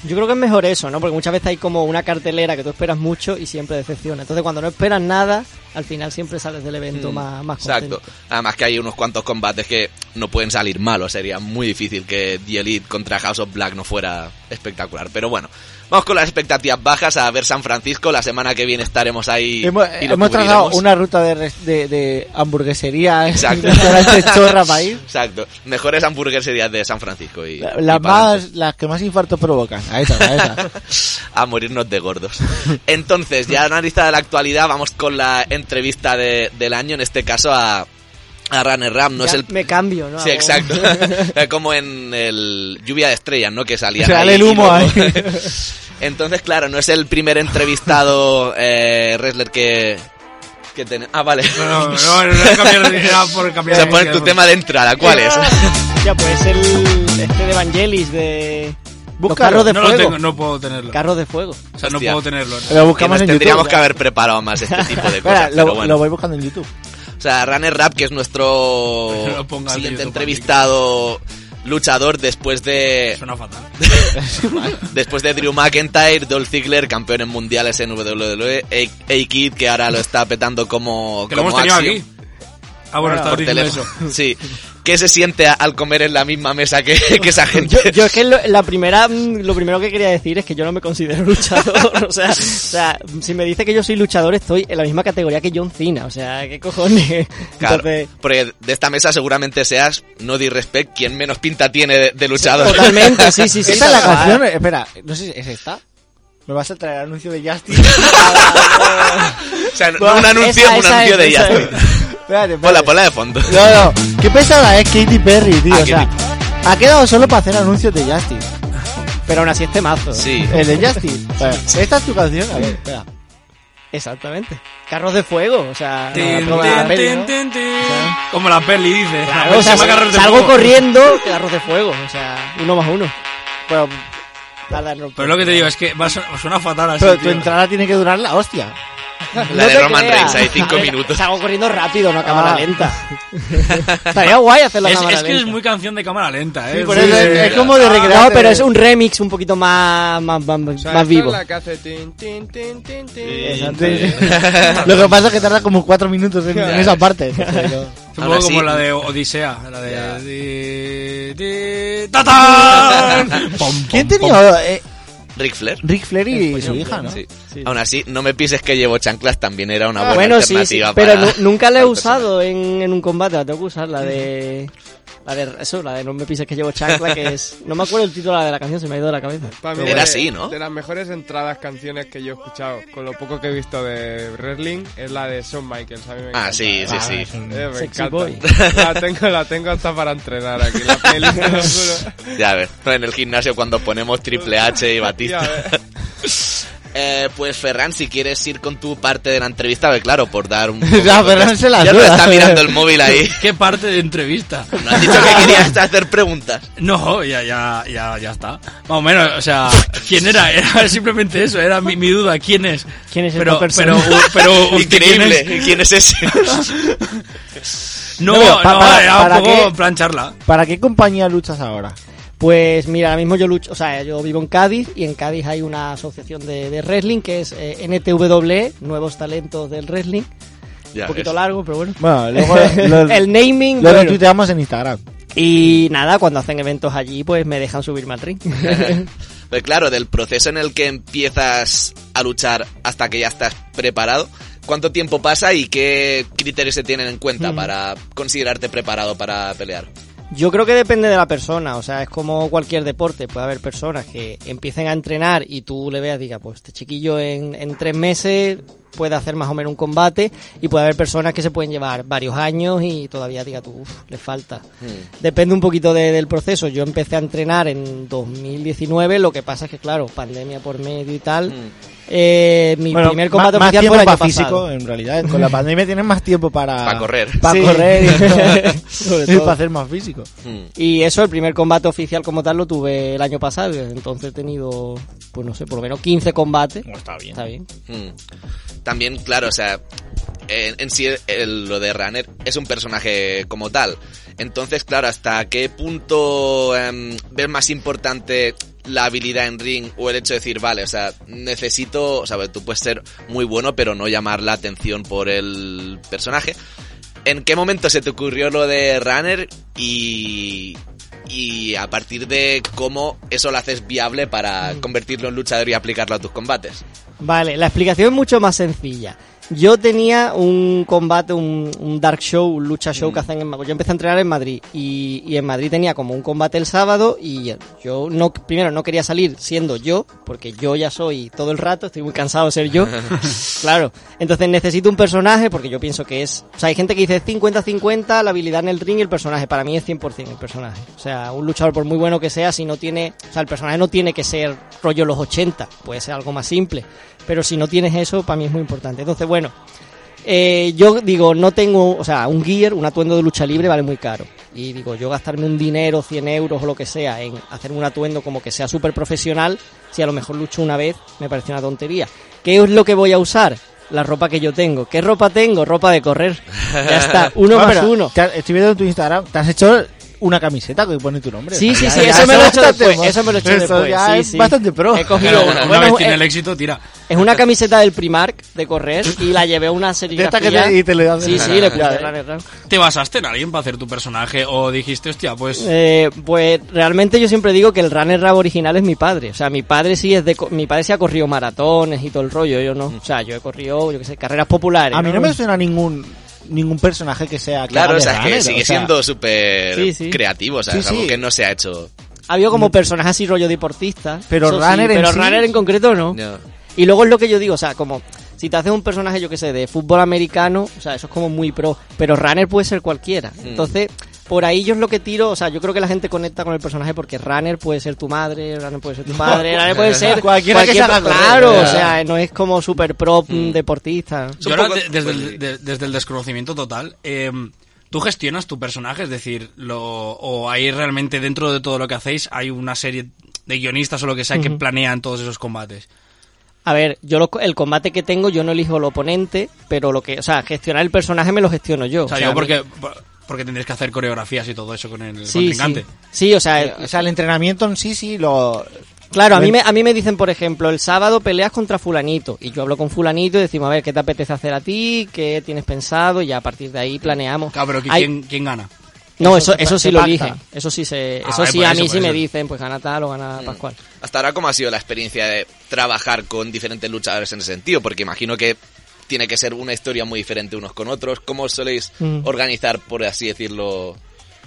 G: Yo creo que es mejor eso, ¿no? Porque muchas veces hay como una cartelera que tú esperas mucho y siempre decepciona. Entonces, cuando no esperas nada, al final siempre sales del evento
E: Mm,
G: más, más contento.
E: Exacto. Además que hay unos cuantos combates que no pueden salir malos. Sería muy difícil que The Elite contra House of Black no fuera espectacular. Pero bueno, vamos con las expectativas bajas a ver San Francisco. La semana que viene estaremos ahí.
B: Hemos,
E: y lo
B: hemos trazado
E: cubriremos.
B: una ruta de, res- de, de hamburguesería
E: Exacto.
B: restaurantes chorra para ir.
E: Exacto. Mejores hamburgueserías de San Francisco. Y, y
B: Las,
E: para
B: más, las que más infartos provocan. A esas, a esas.
E: a morirnos de gordos. Entonces, ya analizada la actualidad, vamos con la entrevista de- del año, en este caso a, a Runner Ram. No
G: Ya
E: es el
G: Me cambio, ¿no?
E: Sí,
G: Hago-
E: exacto. Como en el Lluvia de Estrellas, ¿no? Que salía.
B: Se sale el humo ¿eh? ahí.
E: Entonces, claro, no es el primer entrevistado eh, wrestler que, que tenemos. Ah, vale.
D: No, no, no, no, no cambiar de- era por cambiar
E: Se
D: de-
E: pone tu tema de entrada, ¿cuál es?
G: Ya, pues el este de Evangelis de. Los
D: Búscalo.
G: carros de
D: No lo
G: fuego.
D: tengo, no puedo tenerlo.
G: Carros de fuego.
D: O sea, no
E: Hostia.
D: puedo tenerlo.
B: Lo buscamos
E: Que nos
B: en
E: tendríamos
B: YouTube.
E: que haber preparado más este tipo de
B: Espera,
E: cosas.
B: lo,
E: pero bueno.
B: lo voy buscando en YouTube.
E: O sea, Runner Rap, que es nuestro
B: lo ponga en
E: siguiente
B: YouTube,
E: entrevistado luchador después de...
D: Suena fatal.
E: después de Drew McIntyre, Dolph Ziggler, campeones mundiales en WWE, A- A-Kid, que ahora lo está petando como...
D: Que lo
E: como
D: hemos tenido
E: Axiom.
D: aquí. Ah, bueno, está
E: por
D: diciendo
E: teléfono.
D: eso.
E: Sí. que se siente a- al comer en la misma mesa que, que esa gente.
G: Yo, yo es que lo, la primera, mm, lo primero que quería decir es que yo no me considero luchador. o, sea, o sea, si me dice que yo soy luchador, estoy en la misma categoría que John Cena. O sea, ¿qué cojones?
E: Claro,
G: Entonces,
E: porque de esta mesa seguramente seas, no di respect, quien menos pinta tiene de, de luchador.
G: totalmente, sí, sí, sí.
B: Esta es la
G: Ah,
B: canción. Espera, no sé si es esta. Me vas a traer anuncio de Justin.
E: o sea, no
B: Bueno,
E: un anuncio,
B: esa-
E: un
B: esa
E: anuncio
B: es,
E: de
B: esa
E: ella.
B: es. Espérate, espérate.
E: Ponla, ponla de fondo.
B: No, no. Qué pesada es Katy Perry, tío.
E: Ah,
B: o sea, ha quedado solo para hacer anuncios de Justin.
G: Pero aún así este mazo.
E: Sí.
B: El de Justin. Vale, Esta es tu canción. A ver, espera.
G: Exactamente. Carros de fuego, o sea,
D: Tin,
G: como
D: tin,
G: la peli,
D: tin,
G: ¿no?
D: tin, tin. Como la peli dice. La
G: Claro,
D: peli se
G: o sea,
D: llama Carros de
G: salgo
D: Fuego.
G: corriendo, carros de fuego, o sea, uno más uno. Pero, tarda, no-
D: Pero lo que te digo es que va a su- suena fatal así.
B: Pero tu
D: tío.
B: entrada tiene que durar la hostia.
E: La
G: No
E: de
G: te
E: Roman
G: creas.
E: Reigns, ahí cinco
G: A ver,
E: minutos.
G: Salgo corriendo rápido, no a cámara
B: Ah.
G: lenta. Estaría guay hacer la
D: Es,
G: cámara
D: es que
G: lenta.
D: es muy canción de cámara lenta, ¿eh?
B: Sí, por eso es, es como de recrear. eh.
G: No, pero es un remix un poquito más, más, más,
F: O sea, esta
G: más vivo.
F: es la que hace tin, tin, tin, tin, tin.
B: Lo que pasa es que tarda como cuatro minutos en, en esa parte.
D: Es un poco
E: Aún así-
D: como la de Odisea, la de... Di- di- ¡Tatán! Pom,
B: ¿Quién
D: pom,
B: tenía eh,
E: Ric Flair.
B: Ric Flair y su hija, no?
E: Sí. Aún así, no me pises que llevo chanclas, también era una buena
G: Bueno, sí, sí,
E: alternativa
G: pero
E: para-
G: nu- nunca la
E: para
G: he
E: el personaje.
G: usado en, en un combate, la tengo que usar, la de... La de eso, la de no me pises que llevo chancla, que es... No me acuerdo el título de la canción, se me ha ido de la cabeza.
F: Para
E: Era
F: de-
E: así, ¿no?
F: De las mejores entradas canciones que yo he escuchado, con lo poco que he visto de wrestling, es la de Shawn Michaels. A mí me encanta.
E: Ah, sí, sí, sí.
F: Eh, me
G: Sexy
F: encanta.
G: boy.
F: La tengo, la tengo hasta para entrenar aquí, la peli, te lo juro.
E: Ya ves, en el gimnasio cuando ponemos Triple H y
F: Ya
E: Batista.
F: ves.
E: Eh, pues Ferran, si quieres ir con tu parte de la entrevista, pues claro, por dar un...
B: Ya, Ferran se la
E: ya no
B: suda.
E: está mirando el móvil ahí.
D: pom. ¿Qué parte de entrevista?
E: No has dicho que querías hacer preguntas.
D: No, ya, ya, ya, ya está. Más o menos, o sea, ¿quién era? Era simplemente eso, era mi, mi duda, ¿quién es?
G: ¿Quién es esta
D: pero,
G: persona?
D: Pero, pero, ¿usted quién
E: Increíble.
D: es?
E: ¿Quién es, ese?
B: No,
D: No, no,
B: pero pa- para-
D: era un
B: ¿para
D: poco
B: qué?
D: en plan charla.
B: ¿Para qué compañía luchas ahora?
G: Pues mira, ahora mismo yo lucho, o sea, yo vivo en Cádiz y en Cádiz hay una asociación de, de wrestling que es eh, NTWE, Nuevos Talentos del Wrestling.
E: Ya
G: Un poquito
E: ves.
G: largo, pero bueno.
B: Bueno, luego lo,
G: el naming.
B: lo
G: bueno.
B: retuiteamos en Instagram.
G: Y nada, cuando hacen eventos allí, pues me dejan subirme al ring.
E: Pues claro, del proceso en el que empiezas a luchar hasta que ya estás preparado, ¿cuánto tiempo pasa y qué criterios se tienen en cuenta para considerarte preparado para pelear?
G: Yo creo que depende de la persona, o sea, es como cualquier deporte. Puede haber personas que empiecen a entrenar y tú le veas, diga, pues este chiquillo en, en tres meses puede hacer más o menos un combate y puede haber personas que se pueden llevar varios años y todavía diga tú, "Uf, le falta. Depende un poquito de- del proceso. Yo empecé a entrenar en 2019, lo que pasa es que, claro, pandemia por medio y tal. eh, mi
B: Bueno,
G: primer
B: ma-
G: combate
B: más
G: oficial
B: tiempo
G: fue el año
B: para físico, eh.
G: pasado.
B: en realidad. Con la pandemia tienes más tiempo para...
E: Para correr.
B: Para
G: Sí.
B: correr y,
G: Sobre
B: y
G: todo.
B: para hacer más físico.
E: Mm.
G: Y eso, el primer combate oficial como tal lo tuve el año pasado. y desde Entonces he tenido, pues no sé, por lo menos 15 combates. está bien. Está bien.
E: Mm. También, claro, o sea, en, en sí el- lo de Runner es un personaje como tal. Entonces, claro, ¿hasta qué punto em, ves más importante la habilidad en ring o el hecho de decir, vale, o sea, necesito, o sea, tú puedes ser muy bueno, pero no llamar la atención por el personaje? ¿En qué momento se te ocurrió lo de Runner y... Y a partir de cómo eso lo haces viable para convertirlo en luchador y aplicarlo a tus combates.
G: Vale, la explicación es mucho más sencilla. Yo tenía un combate, un, un dark show, un lucha show que hacen en Ma- Yo empecé a entrenar en Madrid y, y en Madrid tenía como un combate el sábado y yo no, primero no quería salir siendo yo, porque yo ya soy todo el rato, estoy muy cansado de ser yo. claro, entonces necesito un personaje porque yo pienso que es... O sea, hay gente que dice 50-50 la habilidad en el ring y el personaje. Para mí es 100% el personaje. O sea, un luchador por muy bueno que sea, si no tiene... O sea, el personaje no tiene que ser rollo los 80, puede ser algo más simple. Pero si no tienes eso, para mí es muy importante. Entonces, bueno, eh, yo digo, no tengo, o sea, un gear, un atuendo de lucha libre vale muy caro. Y digo, yo gastarme un dinero, 100 euros o lo que sea, en hacerme un atuendo como que sea súper profesional, si a lo mejor lucho una vez, me parece una tontería. ¿Qué es lo que voy a usar? La ropa que yo tengo. ¿Qué ropa tengo? Ropa de correr. Ya está, uno
B: Bueno,
G: más
B: pero
G: uno.
B: te has- estoy viendo en tu Instagram, te has hecho una camiseta que pone tu nombre.
G: Sí,
B: O sea,
G: sí,
B: ya-
G: sí,
B: ya
G: eso me lo he hecho
B: bastante
G: después,
B: más.
G: eso me lo he hecho
B: Esto
G: después,
B: ya
G: sí,
B: es
G: sí.
B: bastante pro.
G: He cogido-
D: Claro, bueno, una
G: bueno,
D: vez
G: es-
D: tiene el éxito, tira.
G: Es una camiseta del Primark de correr y la llevé a una serigrafía.
B: que te- y te le das de
G: Sí,
B: rana.
G: sí, le puse
B: Ya,
G: de
B: eh.
G: rana, rana.
D: ¿Te basaste en alguien para hacer tu personaje o dijiste, hostia, pues...
G: Eh, pues realmente yo siempre digo que el runner rap original es mi padre. O sea, mi padre sí es de co- mi padre sí ha corrido maratones y todo el rollo, yo no. O sea, yo he corrido, yo qué sé, carreras populares.
B: A mí no me suena ningún ningún personaje que sea que haga
E: Claro, o
B: de
E: sea, es que
B: runner,
E: sigue
B: o sea,
E: siendo súper
G: Sí, sí.
E: creativo, o sea,
B: Sí,
E: es algo
B: sí.
E: que no se ha hecho.
G: ha habido como personajes así rollo deportista,
B: Pero
G: eso sí,
B: runner en
G: pero
B: sí-
G: runner en concreto no.
E: No.
G: Y luego es lo que yo digo, o sea, como si te haces un personaje, yo que sé, de fútbol americano, o sea, eso es como muy pro, pero runner puede ser cualquiera. Entonces, por ahí yo es lo que tiro, o sea, yo creo que la gente conecta con el personaje porque runner puede ser tu madre, runner puede ser tu padre, runner puede ser
B: Cualquiera que se haga correr,
G: claro,
B: ya.
G: o sea, no es como super pro mm, deportista.
D: Yo ahora, de- desde, el, de- desde el desconocimiento total, eh, ¿tú gestionas tu personaje? Es decir, lo, ¿o hay realmente dentro de todo lo que hacéis, hay una serie de guionistas o lo que sea que
G: Ujú.
D: planean todos esos combates?
G: A ver, yo lo- el combate que tengo yo no elijo el oponente, pero lo que, o sea, gestionar el personaje me lo gestiono yo.
D: O sea,
G: o sea,
D: digo porque, porque tendréis que hacer coreografías y todo eso con el
G: Sí,
D: contrincante.
G: sí. Sí, o sea, el-
B: O sea, el entrenamiento en sí, sí, lo...
G: Claro, a mí,
B: Ven.
G: me, a mí me dicen, por ejemplo, el sábado peleas contra fulanito. Y yo hablo con fulanito y decimos, a ver, ¿qué te apetece hacer a ti? ¿Qué tienes pensado? Y ya a partir de ahí planeamos.
D: Claro, pero ¿qui-
G: Hay-
D: ¿quién, quién gana?
G: No,
B: Eso
G: eso,
B: se-
G: eso
B: se
G: sí lo
B: pacta.
G: eligen. Eso sí, se,
D: Ah,
G: eso
D: eh,
G: sí
D: por
G: a
D: eso,
G: mí
D: por
G: sí me
D: eso. Mm.
G: dicen, pues gana tal o gana Pascual.
E: Hasta ahora, ¿cómo ha sido la experiencia de trabajar con diferentes luchadores en ese sentido? Porque imagino que tiene que ser una historia muy diferente unos con otros. ¿Cómo soléis
G: Mm.
E: organizar, por así decirlo?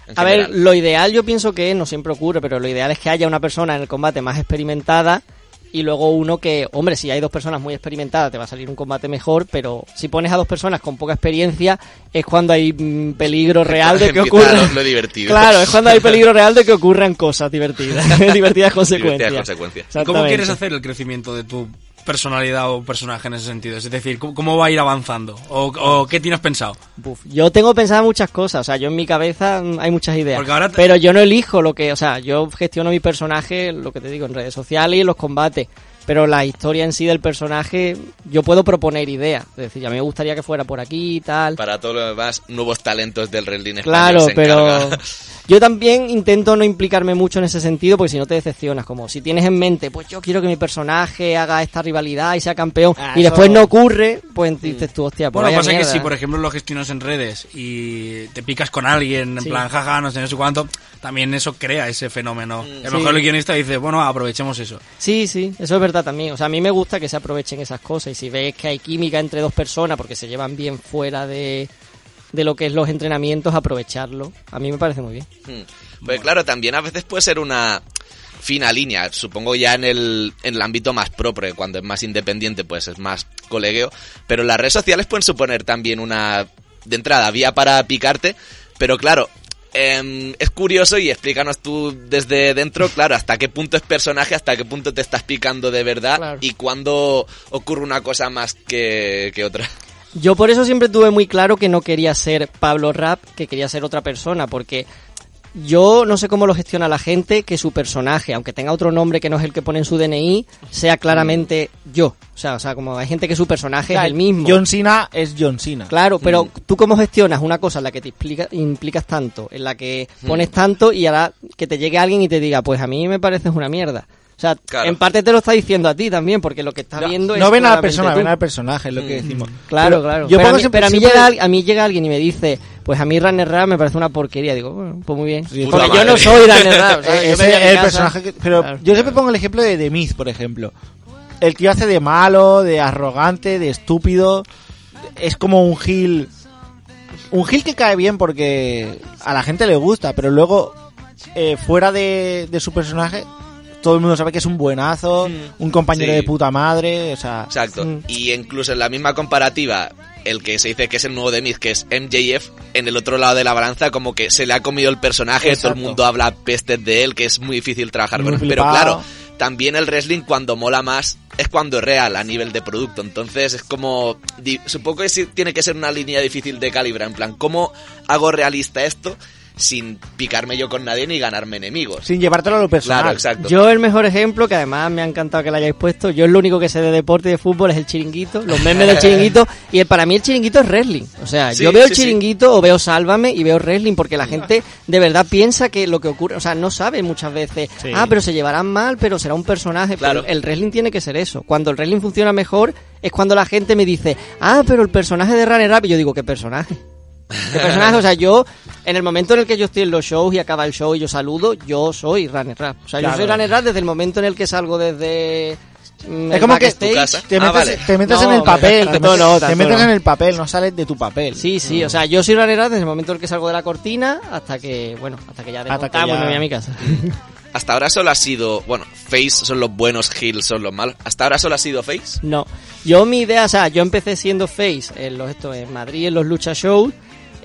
E: en
G: A ver,
E: general?
G: lo ideal yo pienso que no siempre ocurre, pero lo ideal es que haya una persona en el combate más experimentada y luego uno que, hombre, si hay dos personas muy experimentadas te va a salir un combate mejor, pero si pones a dos personas con poca experiencia es cuando hay mm, peligro real de que
E: Empieza
G: ocurra.
E: lo- lo divertido.
G: Claro, es cuando hay peligro real de que ocurran cosas divertidas, divertidas consecuencias.
E: Divertidas consecuencias.
D: ¿Y ¿Cómo
G: Exactamente.
D: quieres hacer el crecimiento de tu personalidad o personaje en ese sentido? Es decir, ¿cómo, cómo va a ir avanzando? ¿O, o qué tienes pensado?
G: Buf, yo tengo pensado muchas cosas, o sea, yo en mi cabeza mm, hay muchas ideas.
D: Porque ahora te-
G: Pero yo no elijo lo que, o sea, yo gestiono mi personaje, lo que te digo, en redes sociales y en los combates. Pero la historia en sí del personaje, yo puedo proponer ideas. Es decir, a mí me gustaría que fuera por aquí y tal.
E: Para todos los demás, nuevos talentos del wrestling
G: Claro,
E: español se
G: pero
E: encarga.
G: yo también intento no implicarme mucho en ese sentido porque si no te decepcionas, como si tienes en mente, pues yo quiero que mi personaje haga esta rivalidad y sea campeón
B: Ah,
G: y
B: eso-
G: después no ocurre, pues dices tú, hostia, pues
D: Mm. Bueno,
G: vaya
D: pasa que
G: mierda.
D: si, por ejemplo, lo gestionas en redes y te picas con alguien, en
G: Sí.
D: plan, jaja, no sé, no sé cuánto, también eso crea ese fenómeno. Y a
G: Sí.
D: lo mejor el guionista dice, bueno, aprovechemos eso.
G: Sí, sí, eso es verdad también. O sea, a mí me gusta que se aprovechen esas cosas. Y si ves que hay química entre dos personas porque se llevan bien fuera de, de lo que es los entrenamientos, aprovecharlo. A mí me parece muy bien.
E: Hmm. Pues claro, también a veces puede ser una fina línea, supongo ya en el, en el ámbito más propio, cuando es más independiente pues es más colegueo, pero las redes sociales pueden suponer también una de entrada vía para picarte, pero claro, em, es curioso y explícanos tú desde dentro, claro, hasta qué punto es personaje, hasta qué punto te estás picando de verdad
G: Claro.
E: y cuándo ocurre una cosa más que, que otra.
G: Yo por eso siempre tuve muy claro que no quería ser Pablo Rap, que quería ser otra persona, porque yo no sé cómo lo gestiona la gente que su personaje, aunque tenga otro nombre que no es el que pone en su DNI, sea claramente yo. O sea, o sea como hay gente que su personaje
B: O sea,
G: es el mismo.
B: John Cena es John Cena.
G: Claro, pero tú cómo gestionas una cosa en la que te implica- implicas tanto, en la que pones tanto y ahora que te llegue alguien y te diga, pues a mí me pareces una mierda. O sea,
E: Claro.
G: en parte te lo está diciendo a ti también, porque lo que está viendo es.
B: No ven a la
G: claramente
B: persona,
G: tú. Mm,
B: ven al personaje, es lo que decimos.
G: Claro,
B: Pero
G: claro.
B: Yo
G: pero a
B: pongo
G: mí,
B: siempre-
G: pero a mí
B: siempre-
G: llega, al- a mí llega alguien y me dice, pues a mí Runner Rap me parece una porquería. Digo, bueno, pues muy bien.
B: Sí,
G: porque
E: puta
G: yo no
E: madre.
G: soy Runner Rap.
B: Eh, ese es el personaje que- pero yo siempre pongo el ejemplo de The Miz, por ejemplo. El tío hace de malo, de arrogante, de estúpido. Es como un gil. Un gil que cae bien porque a la gente le gusta, pero luego, eh, fuera de, de su personaje, todo el mundo sabe que es un buenazo, un compañero
E: Sí.
B: de puta madre, o sea.
E: Exacto.
G: Mm.
E: Y incluso en la misma comparativa, el que se dice que es el nuevo de Miz, que es MJF, en el otro lado de la balanza, como que se le ha comido el personaje,
B: Exacto.
E: todo el mundo habla pestes de él, que es muy difícil trabajar
B: Muy
E: con él. Pero
B: flipado.
E: claro, también el wrestling cuando mola más es cuando es real a nivel de producto. Entonces es como. di- Supongo que sí tiene que ser una línea difícil de calibrar. En plan, ¿cómo hago realista esto? sin picarme yo con nadie ni ganarme enemigos.
B: Sin llevártelo a lo personal.
E: Claro, exacto.
G: Yo el mejor ejemplo, que además me ha encantado que lo hayáis puesto, yo lo único que sé de deporte y de fútbol es el chiringuito, los memes del chiringuito, y el- para mí el chiringuito es wrestling. O sea,
E: Sí,
G: yo veo
E: sí, Ah.
G: el
E: sí.
G: chiringuito o veo Sálvame y veo wrestling, porque la gente de verdad piensa que lo que ocurre, o sea, no sabe muchas veces,
B: Sí.
G: ah, pero se llevarán mal, pero será un personaje. Pero el wrestling tiene que ser eso. Cuando el wrestling funciona mejor es cuando la gente me dice, ah, pero el personaje de Runner Up, y yo digo, ¿qué personaje? ¿Qué personaje? O sea, yo, en el momento en el que yo estoy en los shows y acaba el show y yo saludo, yo soy runner rap. O sea,
B: Claro.
G: yo soy runner rap desde el momento en el que salgo desde. mm,
B: Es
G: el
B: como que
G: backstage.
E: Ah,
B: te metes, te metes en el
G: No,
B: papel, te
G: tanto
B: metes,
G: no,
B: te
G: tanto
B: metes
G: no.
B: en el papel, no sales de tu papel.
G: Sí, sí, o sea, yo soy runner rap desde el momento en el que salgo de la cortina hasta que, bueno, hasta que ya desmontamos y
E: ya-
G: me voy a mi casa.
E: Hasta ahora solo ha sido, bueno, face son los buenos, heal son los malos. Hasta ahora solo ha sido face.
G: No. Yo mi idea, o sea, yo empecé siendo face en los esto en Madrid, en los lucha shows.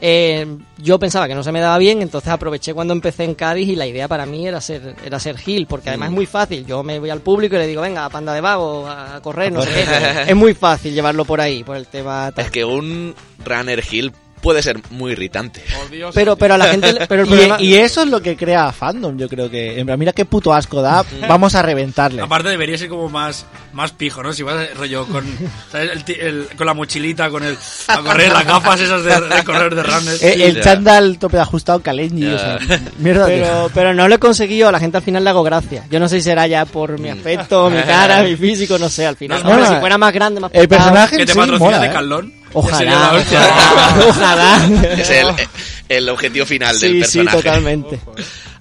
G: Eh, yo pensaba que no se me daba bien, entonces aproveché cuando empecé en Cádiz y la idea para mí era ser era ser heel, porque además
B: Mm.
G: es muy fácil. Yo me voy al público y le digo, venga, panda de vago, a correr, no sé qué. es muy fácil llevarlo por ahí, por el tema. tal.
E: Es que un runner heal puede ser muy irritante.
G: Pero, pero a la gente. le- Pero el
B: y, e,
G: problema-
B: y eso es lo que crea fandom, yo creo que. En plan, mira qué puto asco da, vamos a reventarle.
D: Aparte debería ser como más, más pijo, ¿no? Si vas rollo con, ¿sabes? El ti- el- con la mochilita, con el a correr, las gafas esas de, de correr de runners.
B: Eh, el chándal tope de ajustado caleñi,
D: Ya.
B: o sea, mierda de-
G: pero, pero no lo he conseguido, a la gente al final le hago gracia. Yo no sé si será ya por mi aspecto, mi cara, mi físico, no sé, al final.
B: Mm. No,
G: Hombre,
B: no,
G: si fuera más grande, más
B: el
G: petado.
B: personaje en sí mola, ¿eh?
G: Ojalá,
B: Ojalá.
G: ojalá.
E: Es el, el objetivo final del
G: Sí, sí,
E: personaje.
G: totalmente.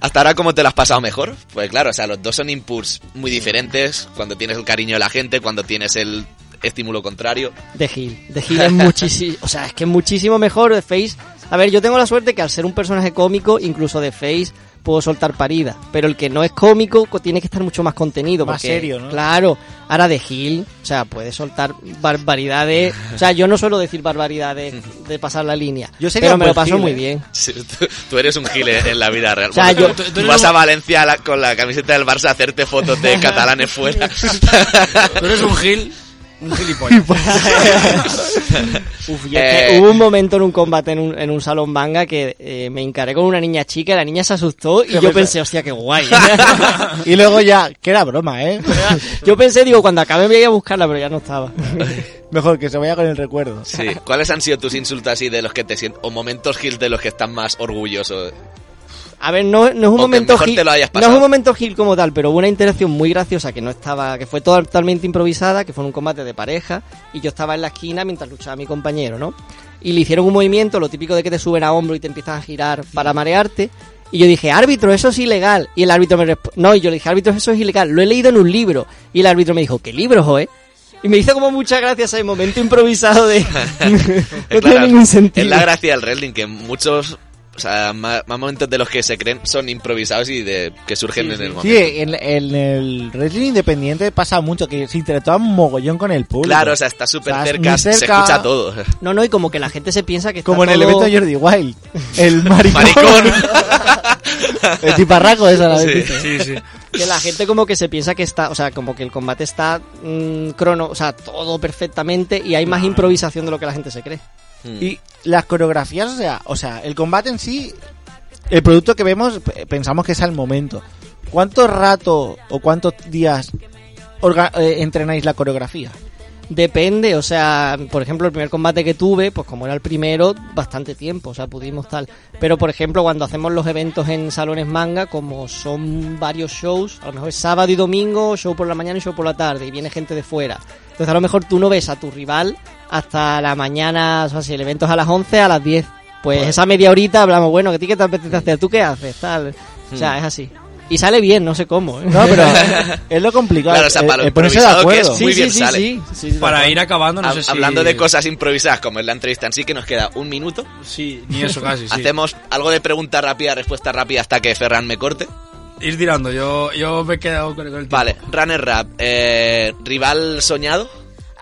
E: Hasta ahora, ¿cómo te lo has pasado mejor? Pues claro, o sea, los dos son inputs muy diferentes. Cuando tienes el cariño de la gente, cuando tienes el estímulo contrario.
G: De Gil. De Gil es muchísimo. O sea, es que es muchísimo mejor. De Face. A ver, yo tengo la suerte que al ser un personaje cómico, incluso de Face, puedo soltar parida. Pero el que no es cómico co- tiene que estar mucho más contenido.
B: Más
G: porque,
B: serio, ¿no?
G: Claro. Ahora de Gil, o sea, puede soltar barbaridades. O sea, yo no suelo decir barbaridades de pasar la línea.
E: Yo sería
G: pero
E: un
G: me lo
E: buen
G: paso
E: heel,
G: muy
E: ¿eh?
G: bien.
E: Sí, tú, tú eres un gil en en la vida real.
G: O sea,
E: Bueno,
G: yo-
E: tú,
G: tú- tú
E: tú
G: eres
E: vas
G: un-
E: a Valencia a la- con la camiseta del Barça a hacerte fotos de catalanes fuera.
D: Tú eres un gil, un gilipollas.
G: Uf, yo es que uh,
E: Eh,
G: hubo un momento en un combate en un, en un salón manga que eh, me encaré con una niña chica, la niña se asustó y
B: Qué
G: yo
B: pesado.
G: pensé, hostia, qué guay.
B: Y luego ya, que era broma, ¿eh?
G: yo pensé, digo, cuando acabe me voy a buscarla, pero ya no estaba.
B: Mejor que se vaya con el recuerdo.
E: Sí. ¿Cuáles han sido tus insultos así de los que te sientes, o momentos gil de los que estás más orgulloso?
G: A ver, no, no es un
E: O que
G: momento
E: mejor
G: gil,
E: te lo hayas
G: no es
E: pasado.
G: un momento gil como tal, pero hubo una interacción muy graciosa que no estaba, que fue totalmente improvisada, que fue en un combate de pareja y yo estaba en la esquina mientras luchaba mi compañero, ¿no? Y le hicieron un movimiento, lo típico de que te suben a hombro y te empiezan a girar para marearte. Y yo dije, árbitro, eso es ilegal. Y el árbitro me respondió, no, y yo le dije, árbitro, eso es ilegal. Lo he leído en un libro. Y el árbitro me dijo, ¿qué libro, joe? Y me hizo como muchas gracias ese momento improvisado de... no
E: Claro,
G: tiene ningún sentido.
E: Es la gracia del wrestling, que muchos, o sea, más, más momentos de los que se creen son improvisados y de que surgen en el momento.
B: Sí, en, en el wrestling independiente pasa mucho que se interactúa un mogollón con el público.
E: Claro, o sea, está súper
B: O sea,
E: cerca,
B: muy
E: se
B: cerca.
E: escucha todo.
G: No, no, y como que la gente se piensa que está
B: Como en el
G: todo-
B: evento de Jordi Wild. El maricón.
E: Maricón.
B: el tiparraco esa la
G: Sí,
B: vez.
D: sí, sí.
G: Que la gente como que se piensa que está, o sea, como que el combate está mm, crono, o sea, todo perfectamente y hay más improvisación de lo que la gente se cree.
B: Y las coreografías, o sea, o sea, el combate en sí, el producto que vemos, p- pensamos que es al momento. ¿Cuánto rato o cuántos días orga- eh, entrenáis la coreografía?
G: Depende, o sea, por ejemplo, el primer combate que tuve, pues como era el primero, bastante tiempo, o sea, pudimos tal. Pero por ejemplo, cuando hacemos los eventos en salones manga, como son varios shows, a lo mejor es sábado y domingo, show por la mañana y show por la tarde, y viene gente de fuera. Entonces a lo mejor tú no ves a tu rival hasta la mañana, o sea, si el evento es a las 11, a las 10. Pues esa media horita hablamos, bueno, ¿qué ti qué te apetece hacer? ¿Tú qué haces? Tal. O sea,
B: Hmm.
G: es así. Y sale bien, no sé cómo. ¿eh?
B: No, pero es lo complicado.
E: Claro, o sea,
B: eh,
E: para lo
B: eh, ponerse de
E: improvisado que es,
B: acuerdo.
E: muy bien sale.
D: Para ir acabando, no
E: Hab-
D: sé si...
E: Hablando de cosas improvisadas, como es la entrevista en sí, que nos queda un minuto.
D: Sí, ni eso casi, sí.
E: Hacemos algo de pregunta rápida, respuesta rápida hasta que Ferran me corte.
D: Ir tirando, yo, yo me he quedado con con el tiempo.
E: Vale, runner rap, eh, rival soñado.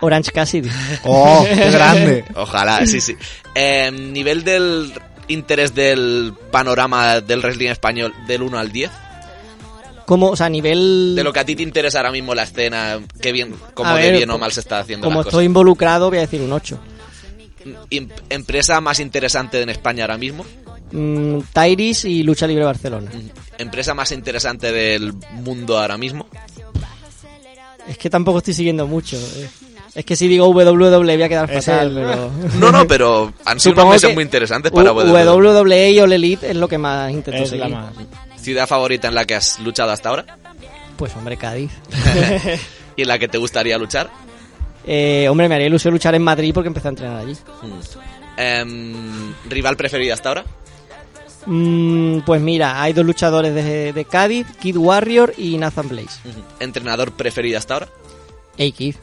G: Orange Cassidy.
B: Oh,
E: Ojalá, sí, sí. Eh, nivel del interés del panorama del wrestling español del 1 al 10.
G: Como, o sea, a nivel...
E: De lo que a ti te interesa ahora mismo la escena, qué bien, cómo
G: A
E: de
G: ver, pues,
E: bien o mal se está haciendo Mm,
G: Como
E: la
G: estoy involucrado, voy a decir un 8.
E: cosa. Im- Empresa más interesante en España ahora mismo.
G: mm, Tairis y Lucha Libre Barcelona.
E: mm, Empresa más interesante del mundo ahora mismo. Mm.
G: Es que tampoco estoy siguiendo mucho. eh. Es que si digo WWE voy a quedar
E: Ese-
G: fatal, pero...
E: No, no, pero han sido unos
G: Supongo
E: meses
G: que
E: muy interesantes para E.
G: U-
E: WWE.
G: WWE y All Elite es lo que más intento
E: Es la
G: seguir.
E: más. ¿Ciudad favorita en la que has luchado hasta ahora?
G: Pues hombre, Cádiz.
E: ¿Y en la que te gustaría luchar?
G: Eh, hombre, me haría ilusión luchar en Madrid porque empecé a entrenar allí.
E: Mm. Em, ¿Rival preferido hasta ahora?
G: Mm, pues mira, hay dos luchadores de, de Cádiz, Kid Warrior y Nathan Blaze.
E: ¿Entrenador preferido hasta ahora?
G: Hey, Kid.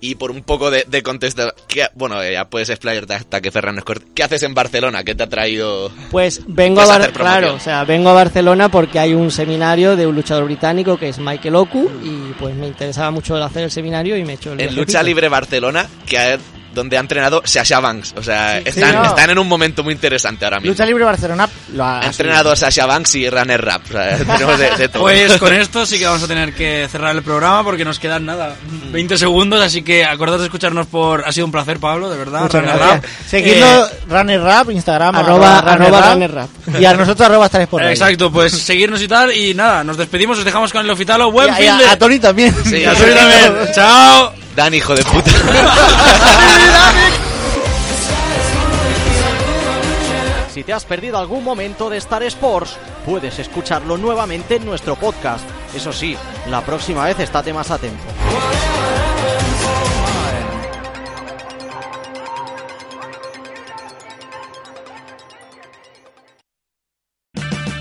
E: Y por un poco de, de contexto, ¿qué- bueno, eh, ya puedes explayarte hasta que Ferran nos corte. ¿Qué haces en Barcelona? ¿Qué te ha traído?
G: Pues vengo a,
E: Vas a
G: Bar-
E: hacer promoción.
G: claro, o sea, vengo a Barcelona porque hay un seminario de un luchador británico que es Michael Oku y pues me interesaba mucho el hacer el seminario y me he hecho el
E: En
G: viajecito.
E: Lucha Libre Barcelona, que ha- donde ha entrenado Sasha Banks. O sea, están,
B: Sí, no.
E: están en un momento muy interesante ahora mismo.
B: Lucha Libre Ah, Barcelona lo ha
E: Ha entrenado a Sasha Banks y Runner Rap. O sea, tenemos de- de todo.
D: Pues con esto sí que vamos a tener que cerrar el programa porque nos quedan nada,
B: Mm.
D: 20 segundos, así que acordaos de escucharnos por... Ha sido un placer, Pablo, de verdad.
B: Muchas
D: Rana
B: gracias.
D: Rap.
B: Seguidlo,
D: Eh,
B: Runner Rap, Instagram,
G: arroba- arroba
B: Runner
G: Rap.
B: Y a nosotros, arroba Star Sport Radio.
D: Exacto, pues seguirnos y tal, y nada, nos despedimos, os dejamos con el ofitalo, buen
B: Y
D: fin
B: a,
D: de...
B: a Tony también.
D: Sí, a Tony también. Chao.
E: Dan, hijo de puta.
A: Si te has perdido algún momento de Star Sports, puedes escucharlo nuevamente en nuestro podcast. Eso sí, la próxima vez estate más atento.